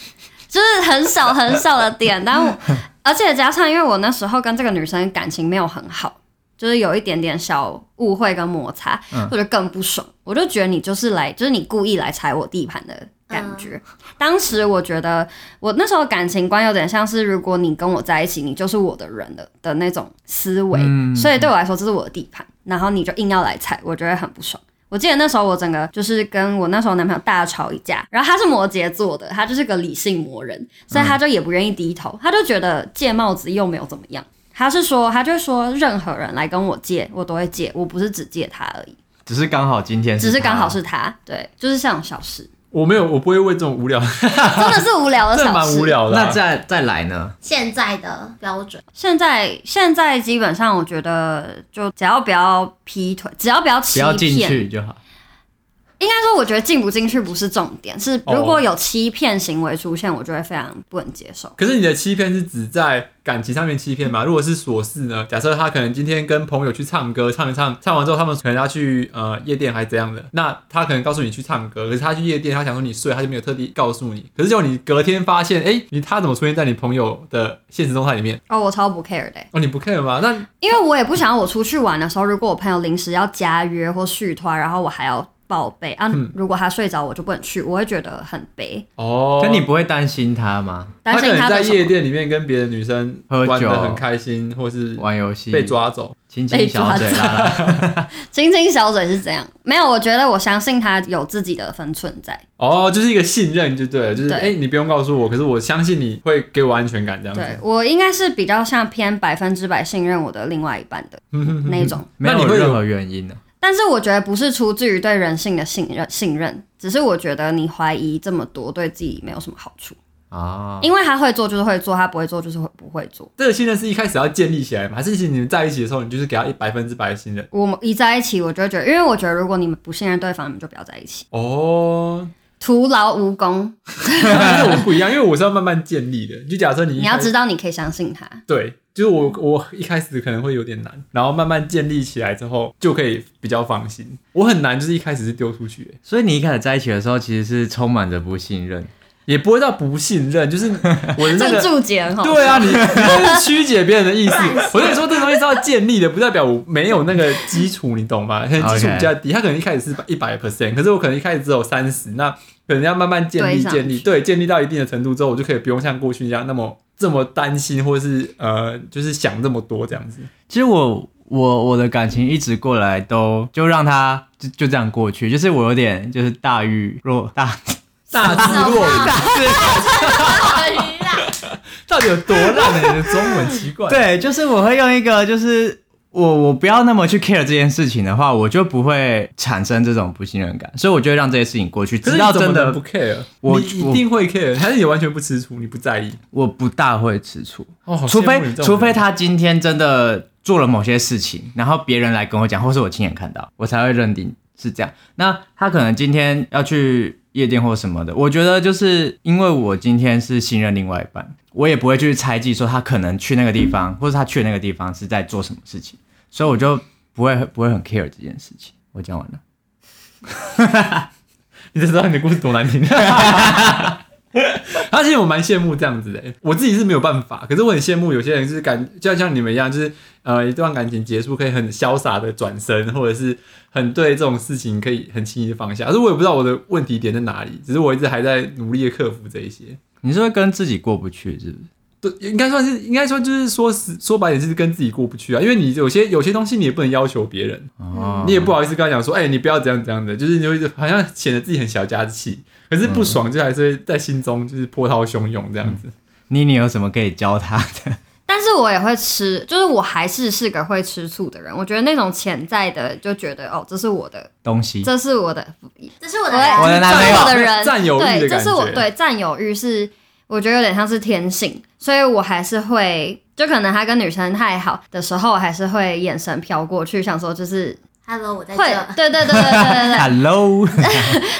Speaker 1: 就是很少很少的点，但我而且加上因为我那时候跟这个女生感情没有很好。就是有一点点小误会跟摩擦，
Speaker 4: 嗯
Speaker 1: 我就更不爽，我就觉得你就是来，就是你故意来踩我地盘的感觉。当时我觉得我那时候感情观有点像是，如果你跟我在一起，你就是我的人了的那种思维，
Speaker 4: 嗯
Speaker 1: 所以对我来说这是我的地盘，然后你就硬要来踩，我觉得很不爽。我记得那时候我整个就是跟我那时候男朋友大吵一架，然后他是摩羯座的，他就是个理性魔人，所以他就也不愿意低头，他就觉得借帽子又没有怎么样。他是说，他就说任何人来跟我借，我都会借，我不是只借他而已，
Speaker 4: 只是刚好今天他，
Speaker 1: 只是刚好是他，对，就是这种小
Speaker 2: <laughs>
Speaker 1: 事，
Speaker 2: 我没有，我不会为这种无聊，
Speaker 1: 真的是无聊的
Speaker 2: 这
Speaker 1: 小
Speaker 2: 蛮
Speaker 1: 事，
Speaker 2: 无聊的啊、
Speaker 4: 那再再来呢？
Speaker 3: 现在的标准，
Speaker 1: 现在现在基本上，我觉得就只要不要劈腿，只要不要
Speaker 4: 不
Speaker 1: 欺
Speaker 4: 要进
Speaker 1: 骗，
Speaker 4: 去就好。
Speaker 1: 应该说我觉得进不进去不是重点，是
Speaker 2: 哦
Speaker 1: 如果有欺骗行为出现，我就会非常不能接受。
Speaker 2: 可是你的欺骗是指在感情上面欺骗吗？如果是琐事呢？假设他可能今天跟朋友去唱歌，唱一唱，唱完之后他们可能要去呃夜店还是怎样的，那他可能告诉你去唱歌，可是他去夜店，他想说你睡，他就没有特地告诉你。可是就你隔天发现，哎、你他怎么出现在你朋友的现实动态里面？
Speaker 1: 哦，我超不 care 的欸、
Speaker 2: 哦，你不 care 吗？那
Speaker 1: 因为我也不想要我出去玩的时候，如果我朋友临时要加约或续团，然后我还要报备啊，
Speaker 2: 嗯
Speaker 1: 如果他睡着我就不能去，我会觉得很悲，
Speaker 2: 哦，
Speaker 4: 可你不会担心他吗？
Speaker 1: 担
Speaker 2: 可
Speaker 1: 心
Speaker 2: 能在
Speaker 1: 的什
Speaker 2: 夜
Speaker 1: 么。
Speaker 2: 店里面跟别的女生
Speaker 4: 喝
Speaker 2: 玩
Speaker 4: 酒
Speaker 2: 的很开心，或是
Speaker 4: 玩游戏
Speaker 2: 被，抓走。
Speaker 4: 亲亲小嘴
Speaker 1: 被抓
Speaker 4: 啦啦。
Speaker 1: 青青小嘴是怎样？没有，我觉得我相信他有自己的分寸在。
Speaker 2: 哦，就是一个信任就对了，就是
Speaker 1: 对
Speaker 2: 哎、诶你不用告诉我，可是我相信你会给我安全感这样子。
Speaker 1: 对我应该是比较像偏百分之百信任我的另外一半的
Speaker 2: <laughs>
Speaker 1: 那一种，
Speaker 4: 没
Speaker 2: 那你
Speaker 4: 有
Speaker 2: 会有
Speaker 4: 任何原因呢、
Speaker 1: 但是我觉得不是出自于对人性的信任，信任，只是我觉得你怀疑这么多对自己没有什么好处。
Speaker 4: 啊，
Speaker 2: 哦
Speaker 1: 因为他会做就是会做，他不会做就是会不会做。
Speaker 2: 这个信任是一开始要建立起来嘛？还是其实你们在一起的时候，你就是给他一百分之百的信任？
Speaker 1: 我们一在一起，我就会觉得，因为我觉得如果你们不信任对方，你们就不要在一起，
Speaker 2: <laughs> 哦，
Speaker 1: 徒劳无功。
Speaker 2: 但是我不一样，因为我是要慢慢建立的。就假设你一
Speaker 1: 你要
Speaker 2: 开始
Speaker 1: 知道你可以相信他，
Speaker 2: 对，就是我我一开始可能会有点难，然后慢慢建立起来之后就可以比较放心。我很难就是一开始是丢出去、欸
Speaker 4: 所以你一开始在一起的时候，其实是充满着不信任。
Speaker 2: 也不会到不信任，就是我的
Speaker 1: 这
Speaker 2: 那
Speaker 1: 个
Speaker 2: 个
Speaker 1: 注解很好。
Speaker 2: 对啊，你你这是曲解别人的意思。我跟你说，这东西是要建立的，不代表我没有那个基础，你懂吗？可能基础
Speaker 4: OK
Speaker 2: 比较低，他可能一开始是一百 percent，可是我可能一开始只有三十，那可能要慢慢建立
Speaker 1: 堆上
Speaker 2: 建立，对，建立到一定的程度之后，我就可以不用像过去一样那么这么担心，或是呃，就是想这么多这样子。
Speaker 4: 其实我我我的感情一直过来都就让它就就这样过去，就是我有点就是大欲若大，
Speaker 2: 大智若愚， <laughs> 到底有多烂的你的中文奇怪？，
Speaker 4: 对，就是我会用一个就是。我我不要那么去 care 这件事情的话，我就不会产生这种不信任感，所以我就会让这些事情过去，
Speaker 2: 可
Speaker 4: 直
Speaker 2: 是
Speaker 4: 到
Speaker 2: 你怎么
Speaker 4: 真
Speaker 2: 能
Speaker 4: 的
Speaker 2: 不 care？
Speaker 4: 我
Speaker 2: 你一定会 care，还是你完全不吃醋，你不在意？
Speaker 4: 我不大会吃醋，
Speaker 2: 哦，好
Speaker 4: 除
Speaker 2: 羡慕你
Speaker 4: 非
Speaker 2: 这种
Speaker 4: 除非
Speaker 2: 人
Speaker 4: 他今天真的做了某些事情，然后别人来跟我讲，或是我亲眼看到，我才会认定是这样。那他可能今天要去夜店或什么的，我觉得就是因为我今天是信任另外一半，我也不会去猜忌说他可能去那个地方，或者他去那个地方是在做什么事情，所以我就不会不会很 care 这件事情。我讲完了。
Speaker 2: 你就知道你的故事多难听。 <laughs> 而且我蛮羡慕这样子的，我自己是没有办法，可是我很羡慕有些人就是感，就像你们一样，就是呃一段感情结束可以很潇洒的转身，或者是很对这种事情可以很轻易的放下。可是我也不知道我的问题点在哪里，只是我一直还在努力的克服这一些。
Speaker 4: 你是会跟自己过不去，是不是？
Speaker 2: 对，应该算是，应该说就是说实说白点，就是跟自己过不去啊。因为你有些有些东西你也不能要求别人，
Speaker 4: 哦，
Speaker 2: 你也不好意思跟他讲说，哎、你不要怎样怎样的，就是你会好像显得自己很小家子气，可是
Speaker 1: 嗯
Speaker 2: 不爽就还是会在心中就是波涛汹涌这样子。
Speaker 4: 妮妮有什么可以教他的？
Speaker 1: 但是我也会吃，就是我还是是个会吃醋的人。我觉得那种潜在的就觉得哦，这是我的，<laughs>
Speaker 4: 东西
Speaker 1: 这是我的，
Speaker 3: 这是我的
Speaker 1: 我
Speaker 3: 感
Speaker 4: 我
Speaker 3: 觉
Speaker 4: 的男
Speaker 1: 这
Speaker 4: 朋
Speaker 1: 是
Speaker 4: 友
Speaker 1: 我的人，
Speaker 2: 占有欲的感觉
Speaker 1: 对，这是我对占有欲是我觉得有点像是天性，所以我还是会，就可能他跟女生太好的时候，我还是会眼神飘过去，想说就是
Speaker 3: ，Hello，我在
Speaker 1: 会，
Speaker 3: 这。
Speaker 1: 对对对对对对对。 <laughs>
Speaker 4: ，Hello，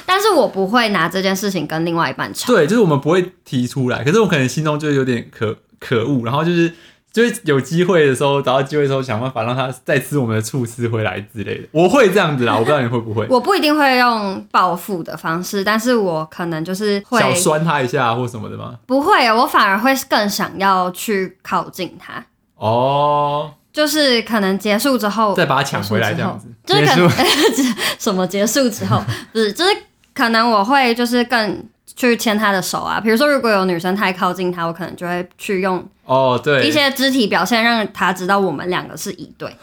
Speaker 1: 但是我不会拿这件事情跟另外一半吵。，
Speaker 2: 对，就是我们不会提出来，可是我可能心中就是有点可可恶，然后就是就是有机会的时候，找到机会的时候，想办法让他再吃我们的醋吃回来之类的。我会这样子啦，我不知道你会不会
Speaker 1: 我不一定会用报复的方式，但是我可能就是会
Speaker 2: 想酸他一下或什么的吗？
Speaker 1: 不会，啊我反而会更想要去靠近他，
Speaker 2: 哦，
Speaker 1: 就是可能结束之后
Speaker 2: 再把他抢回来这样子。
Speaker 1: 就是可能
Speaker 4: 结
Speaker 1: <laughs> 什么结束之后，不是，就是可能我会就是更去牵他的手啊。比如说，如果有女生太靠近他，我可能就会去用
Speaker 2: 哦，对，
Speaker 1: 一些肢体表现让他知道我们两个是一对。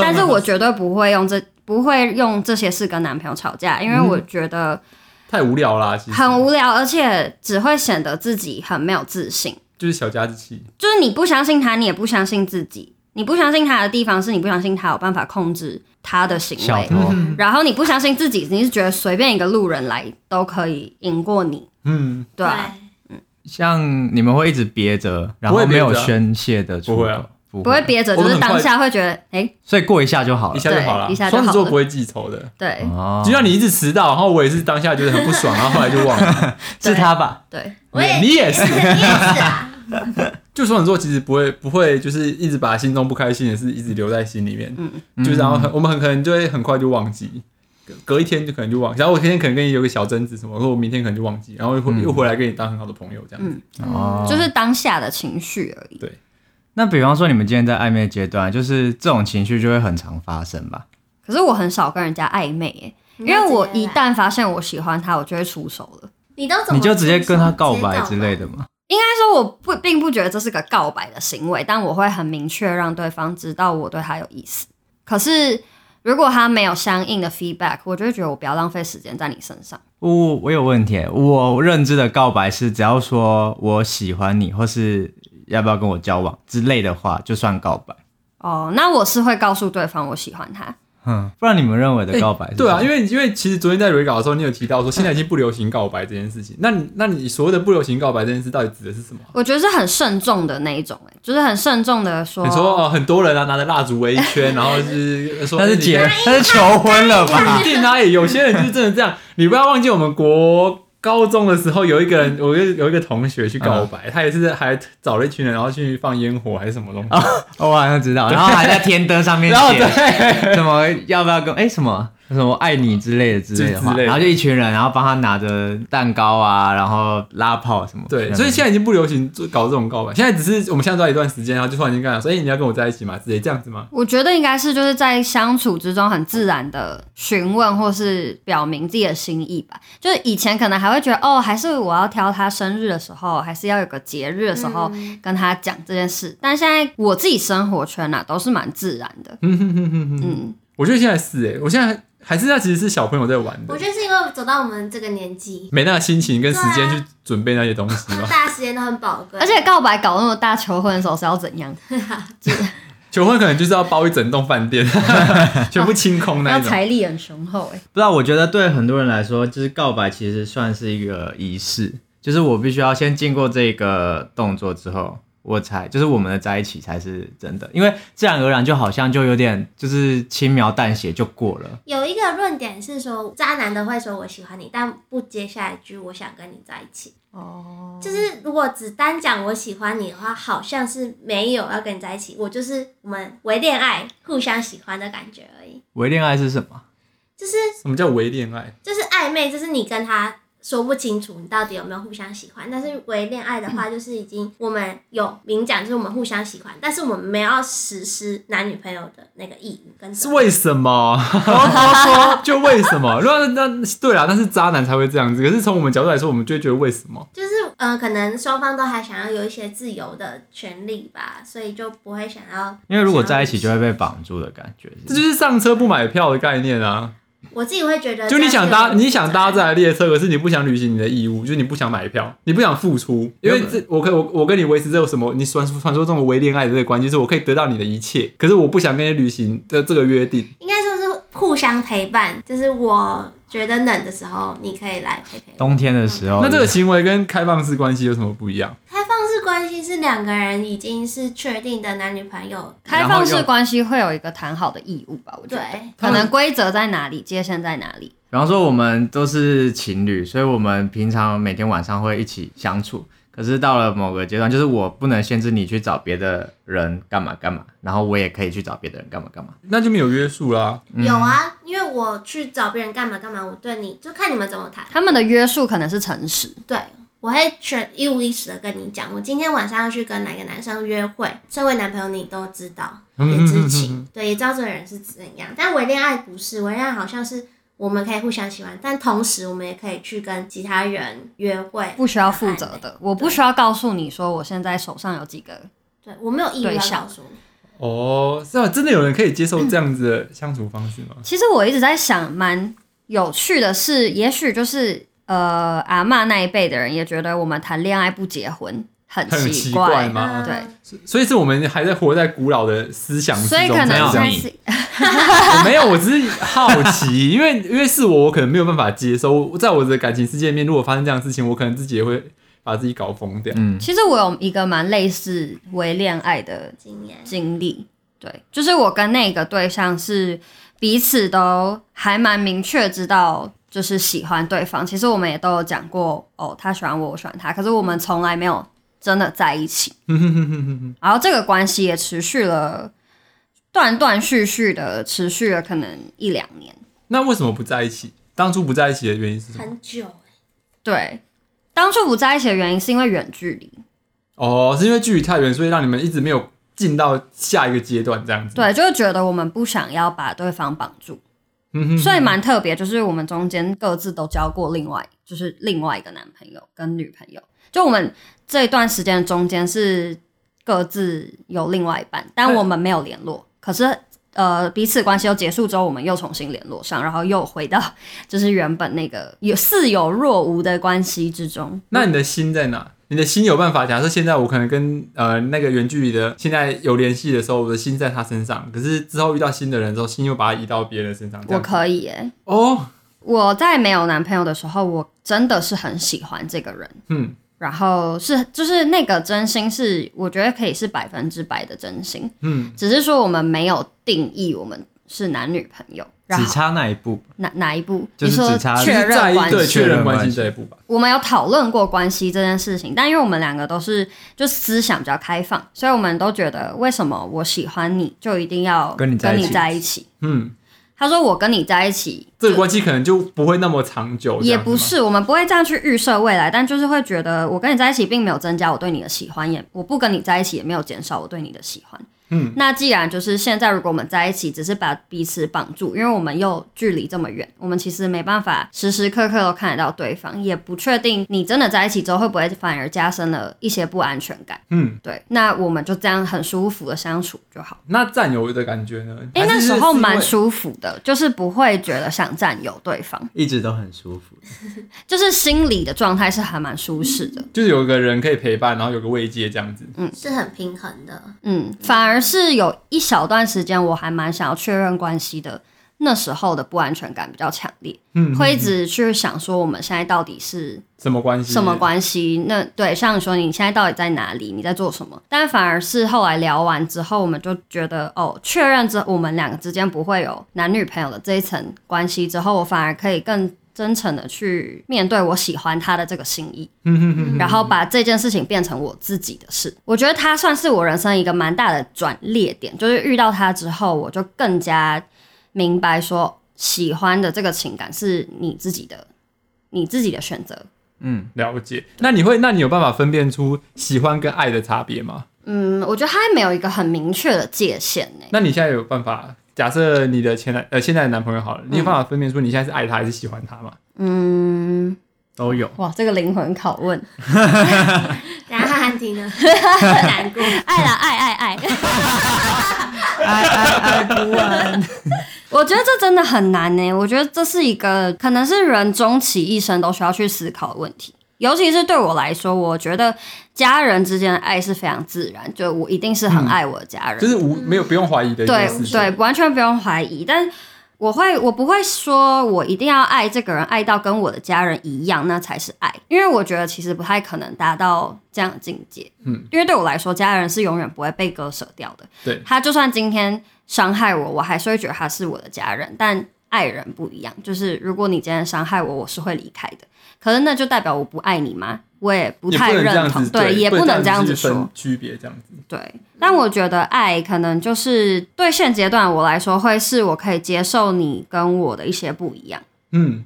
Speaker 1: 但是我绝对不会用这不会用这些事跟男朋友吵架，因为我觉得
Speaker 2: 太无聊啦，其实
Speaker 1: 很无聊，而且只会显得自己很没有自信。
Speaker 2: 就是小家子气。
Speaker 1: 就是你不相信他，你也不相信自己。你不相信他的地方是你不相信他有办法控制他的行
Speaker 4: 小
Speaker 1: 为，
Speaker 4: 偷。
Speaker 1: 然后你不相信自己，你是觉得随便一个路人来都可以赢过你，
Speaker 2: 嗯，
Speaker 1: 对啊、
Speaker 4: 像你们会一直憋着，然后没有宣泄的出
Speaker 2: 啊不
Speaker 4: 口，
Speaker 2: 会啊
Speaker 4: 不
Speaker 1: 不会憋着，
Speaker 2: 我
Speaker 1: 就
Speaker 2: 们
Speaker 1: 是
Speaker 2: 很快
Speaker 1: 当下会觉得，哎，
Speaker 4: 所以过一下就好
Speaker 2: 哦一
Speaker 4: 了。
Speaker 2: 下就好了。
Speaker 1: 对一下就
Speaker 2: 双子座
Speaker 1: 好了
Speaker 2: 不会记仇的，
Speaker 1: 对
Speaker 4: 哦
Speaker 2: 就像你一直迟到，然后我也是当下觉得很不爽，然后后来就忘了。
Speaker 4: 是他吧？
Speaker 1: 对，
Speaker 3: 我也
Speaker 2: 你也是，
Speaker 3: 你也是
Speaker 2: <laughs>
Speaker 3: 啊，
Speaker 2: 就双子座其实不会不会就是一直把心中不开心的事一直留在心里面，嗯，就是然后很我们很可能就会很快就忘记。隔隔一天就可能就忘记，然后我今天可能跟你有个小争执什么，或者我明天可能就忘记，然后又回、
Speaker 4: 嗯
Speaker 2: 又回来跟你当很好的朋友这样子。
Speaker 4: 哦，
Speaker 3: 嗯
Speaker 1: 就是当下的情绪而已。
Speaker 4: 那比方说你们今天在暧昧阶段，就是这种情绪就会很常发生吧？
Speaker 1: 可是我很少跟人家暧昧、哎，因
Speaker 3: 啊
Speaker 1: 为我一旦发现我喜欢他，我就会出手了。
Speaker 3: 你都怎么
Speaker 4: 你就直接跟他告白
Speaker 3: 直接
Speaker 4: 之类的嘛？
Speaker 1: 应该说，我不并不觉得这是个告白的行为，但我会很明确让对方知道我对他有意思。可是如果他没有相应的 feedback，我就会觉得我不要浪费时间在你身上。
Speaker 4: 我、哦我有问题，我认知的告白是只要说我喜欢你，或是要不要跟我交往之类的话，就算告白。
Speaker 1: 哦，那我是会告诉对方我喜欢他，
Speaker 4: 哼，不然你们认为的告白是什
Speaker 2: 嗯对
Speaker 4: 么、
Speaker 2: 啊，因为因为其实昨天在蕊稿的时候，你有提到说现在已经不流行告白这件事情。那你那你所谓的不流行告白这件事，到底指的是什么啊？
Speaker 1: 我觉得是很慎重的那一种、欸，就是很慎重的说，
Speaker 2: 你说哦，很多人啊拿着蜡烛围一圈，然后就是说哎
Speaker 4: 那是
Speaker 2: 你
Speaker 4: 结，那是求婚了吧？
Speaker 2: 不一定啊，也有些人就是真的这样。你不要忘记，我们国高中的时候有一个人，我有有一个同学去告白，他也是还找了一群人，然后去放烟火还是什么东
Speaker 4: <laughs> 哦
Speaker 2: 西。
Speaker 4: 我好像知道，然后还在天灯上面
Speaker 2: 然后对
Speaker 4: 写，什么要不要跟哎、什么什么爱你之类的之类的话，
Speaker 2: 之类的
Speaker 4: 然后就一群人，然后帮他拿着蛋糕啊，然后拉炮什么。
Speaker 2: 对，所以现在已经不流行做搞这种告白，现在只是我们相处到一段时间，然后就突然间跟他说：“哎、你要跟我在一起吗？”直接这样子吗？
Speaker 1: 我觉得应该是就是在相处之中很自然的询问或是表明自己的心意吧。就是以前可能还会觉得哦，还是我要挑他生日的时候，还是要有个节日的时候
Speaker 3: 嗯
Speaker 1: 跟他讲这件事。但现在我自己生活圈呐、啊、都是蛮自然的，
Speaker 2: 嗯哼哼哼哼，
Speaker 1: 嗯，
Speaker 2: 我觉得现在是哎、我现在还是那其实是小朋友在玩
Speaker 3: 我
Speaker 2: 的，
Speaker 3: 觉得是因为走到我们这个年纪，
Speaker 2: 没那个心情跟时间
Speaker 3: 对啊
Speaker 2: 去准备那些东西
Speaker 3: <laughs> 大
Speaker 2: 嘛。
Speaker 3: 家时间都很宝贵，
Speaker 1: 而且告白搞那么大，求婚的时候是哎要怎样？
Speaker 2: 求婚可能就是要包一整栋饭店，全部清空那
Speaker 1: 要
Speaker 2: 一种。
Speaker 1: 财力很雄厚哎、
Speaker 4: 不知道，我觉得对很多人来说，就是告白其实算是一个仪式，就是我必须要先经过这个动作之后，我才就是我们的在一起才是真的，因为自然而然就好像就有点就是轻描淡写就过了。
Speaker 3: 有一个论点是说，渣男的会说我喜欢你，但不接下一句我想跟你在一起。
Speaker 1: 哦，
Speaker 3: 就是如果只单讲我喜欢你的话，好像是没有要跟你在一起，我就是我们为恋爱互相喜欢的感觉而已。
Speaker 4: 唯恋爱是什么？
Speaker 3: 就是
Speaker 2: 什么叫微恋爱？
Speaker 3: 就是暧昧，就是你跟他说不清楚你到底有没有互相喜欢。但是为恋爱的话，就是已经我们有明讲，就是我们互相喜欢，但是我们没有要实施男女朋友的那个义务跟责
Speaker 2: 是
Speaker 3: 任
Speaker 2: 为什么？然后说就为什么？如果那对啦，但是渣男才会这样子。可是从我们角度来说，我们就会觉得为什么？
Speaker 3: 就是呃，可能双方都还想要有一些自由的权利吧，所以就不会想要。
Speaker 4: 因为如果在一起就会被绑住的感觉。
Speaker 2: 这就是上车不买票的概念啊！
Speaker 3: 我自己会觉得，
Speaker 2: 就你想搭你想呃搭这，台列车，可是你不想履行你的义务，就是你不想买票，你不想付出，因为这我可以我我跟你维持这个什么？你传传说中的微恋爱的这个关系，就是我可以得到你的一切，可是我不想跟你履行的这个约定。
Speaker 3: 应该说是互相陪伴。就是我觉得冷的时候，你可以来陪陪我。
Speaker 4: 冬天的时候，
Speaker 2: 那这个行为跟开放式关系有什么不一样？
Speaker 3: 开放式关系是两个人已经是确定的男女朋友，
Speaker 1: 开
Speaker 4: 然后
Speaker 1: 放
Speaker 4: 又
Speaker 1: 式关系会有一个谈好的义务吧？我觉得
Speaker 3: 对
Speaker 1: 可能规则在哪里，界限在哪里？
Speaker 4: 比方说我们都是情侣，所以我们平常每天晚上会一起相处。可是到了某个阶段，就是我不能限制你去找别的人干嘛干嘛，然后我也可以去找别的人干嘛干嘛。
Speaker 2: 那就没有约束啦。
Speaker 3: 有啊，因为我去找别人干嘛干嘛，我对你就看你们怎么谈。
Speaker 1: 他们的约束可能是诚实，
Speaker 3: 对，我会全一五一十的跟你讲，我今天晚上要去跟哪个男生约会，身为男朋友你都知道，也知 <laughs> 情，对，也知道这个人是怎样。但伪恋爱不是，伪恋爱好像是我们可以互相喜欢，但同时我们也可以去跟其他人约会，
Speaker 1: 不需要负责的。我不需要告诉你说我现在手上有几个，
Speaker 3: 对我没有义务
Speaker 1: 对
Speaker 3: 要
Speaker 1: 象
Speaker 3: 告诉你。
Speaker 2: 哦，是啊，真的有人可以接受这样子的相处方式吗？
Speaker 1: 其实我一直在想，蛮有趣的是，也许就是呃阿嬷那一辈的人也觉得我们谈恋爱不结婚很
Speaker 2: 很
Speaker 1: 奇
Speaker 2: 奇
Speaker 1: 怪，
Speaker 2: 怪吗？
Speaker 1: 对
Speaker 2: 所以是我们还在活在古老的思想之
Speaker 1: 所
Speaker 2: 中，
Speaker 1: 以可
Speaker 2: 才
Speaker 1: 能
Speaker 2: 有这
Speaker 1: 在
Speaker 2: 样
Speaker 1: <laughs>
Speaker 4: 你
Speaker 1: 是
Speaker 2: 我没有，我只是好奇， <laughs> 因为因为是我，我可能没有办法接受。我在我的感情世界里面，如果发生这样的事情，我可能自己也会把自己搞疯掉。
Speaker 4: 嗯，
Speaker 1: 其实我有一个蛮类似为恋爱的
Speaker 3: 经验，
Speaker 1: 经历。对，就是我跟那个对象是彼此都还蛮明确知道，就是喜欢对方。其实我们也都有讲过，哦，他喜欢我，我喜欢他，可是我们从来没有真的在一起。然后这个关系也持续了断断续续的，持续了可能一两年。
Speaker 2: 那为什么不在一起？当初不在一起的原因是什么？
Speaker 3: 很久，
Speaker 1: 对，当初不在一起的原因是因为远距离，
Speaker 2: 哦，是因为距离太远，所以让你们一直没有进到下一个阶段，这样子。
Speaker 1: 对，就是觉得我们不想要把对方绑住，所以蛮特别，就是我们中间各自都交过另外，就是另外一个男朋友跟女朋友，就我们这一段时间中间是各自有另外一半，但我们没有联络，可是。呃，彼此关系又结束之后，我们又重新联络上，然后又回到就是原本那个有似有若无的关系之中。
Speaker 2: 那你的心在哪？你的心有办法。假设现在我可能跟呃那个远距离的现在有联系的时候，我的心在他身上，可是之后遇到新的人之后，心又把它移到别人身上。这
Speaker 1: 我
Speaker 2: 样
Speaker 1: 可以耶、
Speaker 2: 哦，
Speaker 1: 我在没有男朋友的时候，我真的是很喜欢这个人，
Speaker 2: 嗯，
Speaker 1: 然后是就是那个真心是我觉得可以是百分之百的真心，
Speaker 2: 嗯，
Speaker 1: 只是说我们没有定义我们是男女朋友，然
Speaker 4: 只
Speaker 1: 后
Speaker 4: 差那一步，
Speaker 1: 哪哪一步？
Speaker 4: 就是
Speaker 1: 你说
Speaker 4: 只差
Speaker 2: 啊就
Speaker 1: 确
Speaker 2: 是在
Speaker 1: 认
Speaker 2: 意
Speaker 1: 关
Speaker 2: 对
Speaker 1: 系？
Speaker 2: 确认关系这一步吧。
Speaker 1: 我们有讨论过关系这件事情，但因为我们两个都是就思想比较开放，所以我们都觉得为什么我喜欢你就一定要
Speaker 4: 跟你在一起
Speaker 1: 起
Speaker 2: 嗯，
Speaker 1: 他说我跟你在一起，
Speaker 2: 这个关系可能就不会那么长久。这
Speaker 1: 也
Speaker 2: 样子吗
Speaker 1: 不，是我们不会这样去预设未来，但就是会觉得我跟你在一起并没有增加我对你的喜欢，也我不跟你在一起也没有减少我对你的喜欢。
Speaker 2: 嗯，
Speaker 1: 那既然就是现在，如果我们在一起，只是把彼此绑住，因为我们又距离这么远，我们其实没办法时时刻刻都看得到对方，也不确定你真的在一起之后会不会反而加深了一些不安全感。
Speaker 2: 嗯，
Speaker 1: 对，那我们就这样很舒服的相处就好。
Speaker 2: 那占有的感觉呢？
Speaker 1: 哎、
Speaker 2: 还
Speaker 1: 那
Speaker 2: 是
Speaker 1: 时候蛮
Speaker 2: 是因为
Speaker 1: 舒服的，就是不会觉得想占有对方，
Speaker 4: 一直都很舒服。
Speaker 1: 就是心理的状态是还蛮舒适的。
Speaker 2: 就是有个人可以陪伴，然后有个慰藉这样子。
Speaker 3: 是很平衡的。
Speaker 1: 嗯，反而是有一小段时间，我还蛮想要确认关系的。那时候的不安全感比较强烈，
Speaker 2: 嗯，
Speaker 1: 会一直去想说我们现在到底是
Speaker 2: 什么关系？
Speaker 1: 什么？关系？那对，像你说你现在到底在哪里？你在做什么？但反而是后来聊完之后，我们就觉得哦，确认之后我们两个之间不会有男女朋友的这一层关系之后，我反而可以更真诚的去面对我喜欢他的这个心意。
Speaker 2: 嗯哼哼，
Speaker 1: 然后把这件事情变成我自己的事。我觉得他算是我人生一个蛮大的转捩点，就是遇到他之后，我就更加明白说，喜欢的这个情感是你自己的，你自己的选择。
Speaker 4: 嗯，
Speaker 2: 了解。那你会，那你有办法分辨出喜欢跟爱的差别吗？
Speaker 1: 嗯，我觉得他还没有一个很明确的界限呢、
Speaker 2: 那你现在有办法？假设你的前男呃现在的男朋友好了，你有办法分辨出你现在是爱他还是喜欢他吗？
Speaker 1: 嗯，
Speaker 4: 都有。
Speaker 1: 哇，这个灵魂拷问，
Speaker 3: 然后汉婷 <laughs> 呢，很难过。
Speaker 1: 爱啦，爱爱爱，
Speaker 4: <laughs> 爱爱爱不完。
Speaker 1: <laughs> 我觉得这真的很难呢、我觉得这是一个可能是人终其一生都需要去思考的问题。尤其是对我来说，我觉得家人之间的爱是非常自然，就我一定是
Speaker 4: 嗯
Speaker 1: 很爱我的家人，
Speaker 2: 就是无没有不用怀疑的一件
Speaker 1: 对
Speaker 2: 事情。
Speaker 1: 对，完全不用怀疑。但我会，我不会说我一定要爱这个人，爱到跟我的家人一样，那才是爱，因为我觉得其实不太可能达到这样的境界。
Speaker 2: 嗯，
Speaker 1: 因为对我来说，家人是永远不会被割舍掉的。
Speaker 2: 对
Speaker 1: 他就算今天伤害我，我还是会觉得他是我的家人，但爱人不一样，就是如果你今天伤害我，我是会离开的。可是那就代表我不爱你吗？我也不
Speaker 2: 也
Speaker 1: 太
Speaker 2: 能这
Speaker 1: 认
Speaker 2: 样
Speaker 1: 同
Speaker 2: 子，，
Speaker 1: 对，也
Speaker 2: 不
Speaker 1: 不能这样子
Speaker 2: 子去分
Speaker 1: 说。
Speaker 2: 区别这样子。
Speaker 1: 对，但我觉得爱可能就是对现阶段我来说，会是我可以接受你跟我的一些不一样。
Speaker 2: 嗯，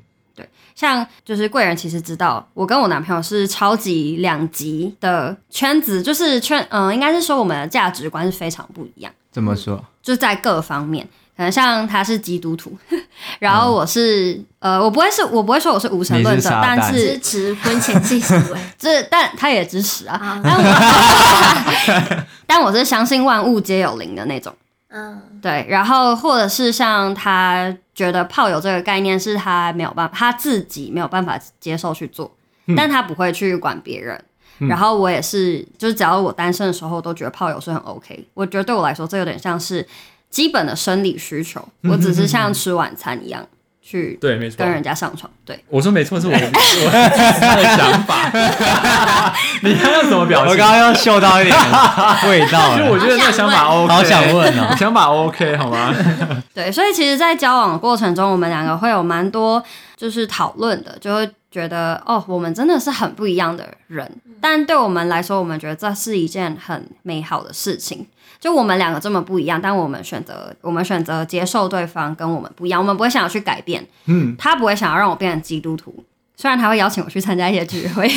Speaker 1: 像就是贵人其实知道，我跟我男朋友是超级两极的圈子，就是圈，嗯、应该是说我们的价值观是非常不一样，
Speaker 4: 怎么说？
Speaker 1: 就在各方面。可能像他是基督徒， <laughs> 然后我是、呃，我不会是我不会说我是无神论
Speaker 4: 你是
Speaker 1: 者，
Speaker 4: 撒旦
Speaker 1: 但 <laughs> 是
Speaker 3: 支持婚前哎性行为
Speaker 1: <laughs> 这但他也支持啊，
Speaker 3: 啊，
Speaker 1: 但我 <laughs> 但我是相信万物皆有灵的那种。
Speaker 3: 嗯，
Speaker 1: 对，然后或者是像他觉得炮友这个概念是他没有办法，他自己没有办法接受去做，
Speaker 2: 嗯
Speaker 1: 但他不会去管别人。
Speaker 2: 嗯
Speaker 1: 然后我也是，就是只要我单身的时候，我都觉得炮友是很 OK。我觉得对我来说，这有点像是基本的生理需求，
Speaker 2: 嗯
Speaker 1: 我只是像吃晚餐一样去
Speaker 2: 对，没错
Speaker 1: 跟。人家上床。对，
Speaker 2: 我说没错，是我 <laughs> 我的想
Speaker 4: <laughs>
Speaker 2: 法。你看要怎么表
Speaker 4: 我
Speaker 2: 情？
Speaker 4: 刚刚要嗅到一点味 <laughs> 道
Speaker 2: 就我
Speaker 4: 了，
Speaker 2: 觉得那个想法 OK，
Speaker 4: 好想问哦。
Speaker 2: 想法 OK 好
Speaker 4: <laughs>
Speaker 2: 吗？
Speaker 1: 对，所以其实，在交往的过程中，我们两个会有蛮多就是讨论的，就会觉得哦，我们真的是很不一样的人。但对我们来说，我们觉得这是一件很美好的事情。就我们两个这么不一样，但我们选择我们选择接受对方跟我们不一样，我们不会想要去改变，
Speaker 2: 嗯，
Speaker 1: 他不会想要让我变成基督徒。虽然他会邀请我去参加一些聚会，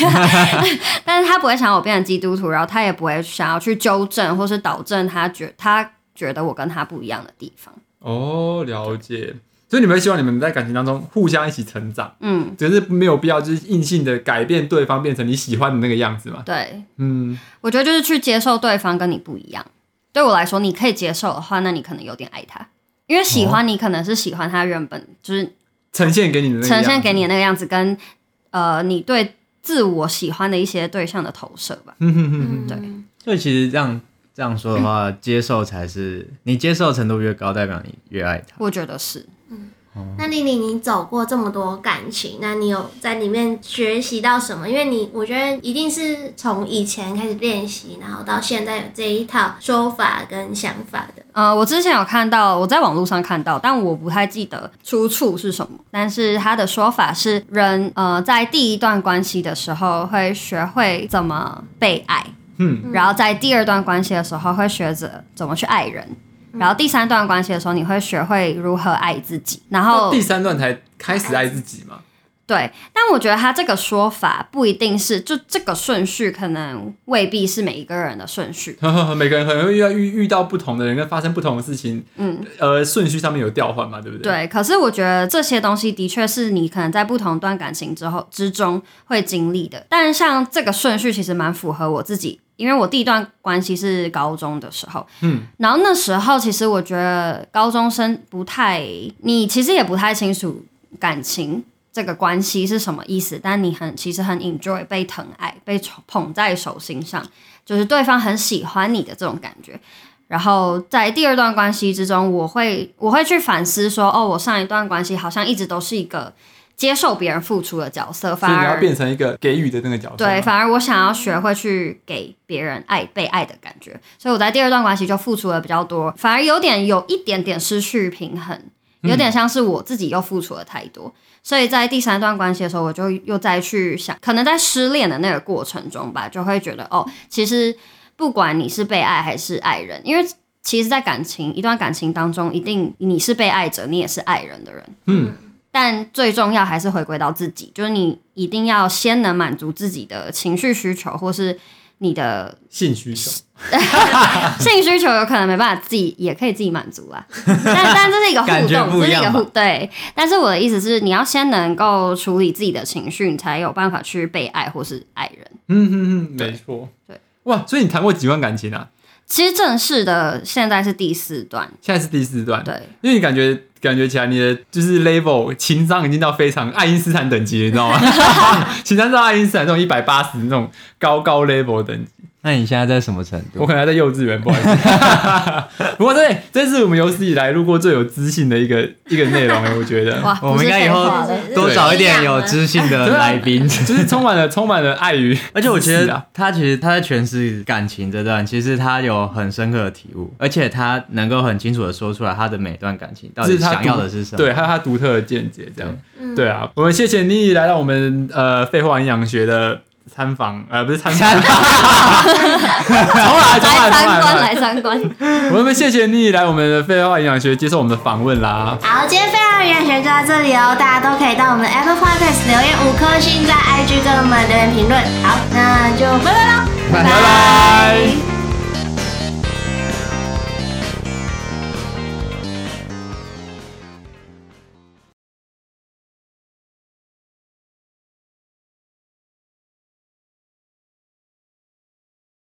Speaker 1: 但是他不会想要我变成基督徒，然后他也不会想要去纠正或是导正他觉他觉得我跟他不一样的地方。
Speaker 2: 哦，了解。所以你们希望你们在感情当中互相一起成长，
Speaker 1: 嗯，
Speaker 2: 只是没有必要就是硬性的改变对方变成你喜欢的那个样子嘛。
Speaker 1: 对，
Speaker 2: 嗯，
Speaker 1: 我觉得就是去接受对方跟你不一样。对我来说，你可以接受的话，那你可能有点爱他，因为喜欢你可能是喜欢他原本就是
Speaker 2: 呈现给你的那个
Speaker 1: 呈
Speaker 2: 样子
Speaker 1: 现给你的那个样子，跟呃你对自我喜欢的一些对象的投射吧。
Speaker 2: 嗯哼哼，
Speaker 3: 嗯，
Speaker 1: 对
Speaker 4: 所以其实这样这样说的话，接受才是你接受程度越高，代表你越爱他。
Speaker 1: 我觉得是，
Speaker 3: 那丽丽，你走过这么多感情，那你有在里面学习到什么？因为你，我觉得一定是从以前开始练习，然后到现在有这一套说法跟想法的。
Speaker 1: 呃，我之前有看到，我在网络上看到，但我不太记得出处是什么。但是他的说法是人，呃，在第一段关系的时候会学会怎么被爱，
Speaker 2: 嗯，
Speaker 1: 然后在第二段关系的时候会学着怎么去爱人，然后第三段关系的时候你会学会如何爱自己，然后
Speaker 2: 到第三段才开始爱自己嘛。 <laughs>
Speaker 1: 对，但我觉得他这个说法不一定是，就这个顺序可能未必是每一个人的顺序。
Speaker 2: 每个人可能会遇到遇遇到不同的人，跟发生不同的事情，
Speaker 1: 嗯，
Speaker 2: 呃，顺序上面有调换嘛，对不对？，
Speaker 1: 对。可是我觉得这些东西的确是你可能在不同段感情之后之中会经历的。但像这个顺序其实蛮符合我自己，因为我第一段关系是高中的时候，
Speaker 2: 嗯，
Speaker 1: 然后那时候其实我觉得高中生不太，你其实也不太清楚感情这个关系是什么意思，但你很其实很 enjoy 被疼爱、被宠捧在手心上，就是对方很喜欢你的这种感觉。然后在第二段关系之中，我会我会去反思说，哦，我上一段关系好像一直都是一个接受别人付出的角色，
Speaker 2: 所
Speaker 1: 反
Speaker 2: 以你
Speaker 1: 而
Speaker 2: 要变成一个给予的那个角色嘛。
Speaker 1: 对，反而我想要学会去给别人爱、被爱的感觉，所以我在第二段关系就付出了比较多，反而有点有一点点失去平衡，有
Speaker 2: 嗯
Speaker 1: 点像是我自己又付出了太多，所以在第三段关系的时候，我就又再去想，可能在失恋的那个过程中吧，就会觉得哦，其实不管你是被爱还是爱人，因为。其实，在感情一段感情当中，一定你是被爱者，你也是爱人的人，
Speaker 2: 嗯，
Speaker 1: 但最重要还是回归到自己，就是你一定要先能满足自己的情绪需求，或是你
Speaker 4: <laughs>
Speaker 1: 的
Speaker 2: 性需求，
Speaker 1: 性需求，有可能没办法自己，也可以自己满足啊。但
Speaker 4: <laughs>
Speaker 1: 但这是一个互
Speaker 4: 感觉
Speaker 1: 动，
Speaker 4: 不
Speaker 1: 这
Speaker 4: 一
Speaker 1: 是一
Speaker 4: 样
Speaker 1: 个
Speaker 4: 吧
Speaker 1: 互对。但是我的意思是，你要先能够处理自己的情绪，你才有办法去被爱或是爱人。
Speaker 2: 嗯哼哼，没错，
Speaker 1: 对，
Speaker 2: 哇，所以你谈过几段感情啊？
Speaker 1: 其实正式的现在是第四段，
Speaker 2: 现在是第四段，
Speaker 1: 对，
Speaker 2: 因为你感觉感觉起来你的就是 level 情商已经到非常爱因斯坦等级了，你知道吗？ <laughs> 情商到爱因斯坦这种一百八十那种高高 level 等级，
Speaker 4: 那你现在在什么程
Speaker 2: 我
Speaker 4: 度？
Speaker 2: 可能还在幼稚园，不好意思。 <laughs> 不过这这是我们有史以来录过最有知性的一个一个内容了，我觉得。
Speaker 1: 哇，
Speaker 4: <laughs> 我
Speaker 1: 不
Speaker 4: 们
Speaker 1: 是
Speaker 4: 应该以
Speaker 1: 废
Speaker 4: 后
Speaker 1: 话了
Speaker 4: 多找一点有知性的来宾。
Speaker 2: 就是充满了充满了爱与，
Speaker 4: <laughs> 而且我觉
Speaker 2: 自私啊
Speaker 4: 得他其实他在诠释感情这段，其实他有很深刻的体悟，而且他能够很清楚的说出来他的每一段感情到
Speaker 2: 就
Speaker 4: 底
Speaker 2: 是他
Speaker 4: 想要
Speaker 2: 独
Speaker 4: 的是什么。
Speaker 2: 对，还有他独特的见解，这样
Speaker 3: 嗯，
Speaker 2: 对啊。我们谢谢妮妮来到我们呃废话营养学的参访，呃不是参访，
Speaker 4: 参
Speaker 2: 重来 <laughs> 重来
Speaker 1: 来
Speaker 2: 重来
Speaker 1: 三
Speaker 2: 重
Speaker 1: 观，
Speaker 2: 来
Speaker 1: 来，三观，
Speaker 2: 我们谢谢你来我们的废话营养学接受我们的访问啦。
Speaker 3: 好，今天非常人学就到这里哦，大家都可以到我们的 Apple Podcast 留言五颗星，在 IG 跟我们留言评论。好，那就拜拜喽，
Speaker 2: 拜拜。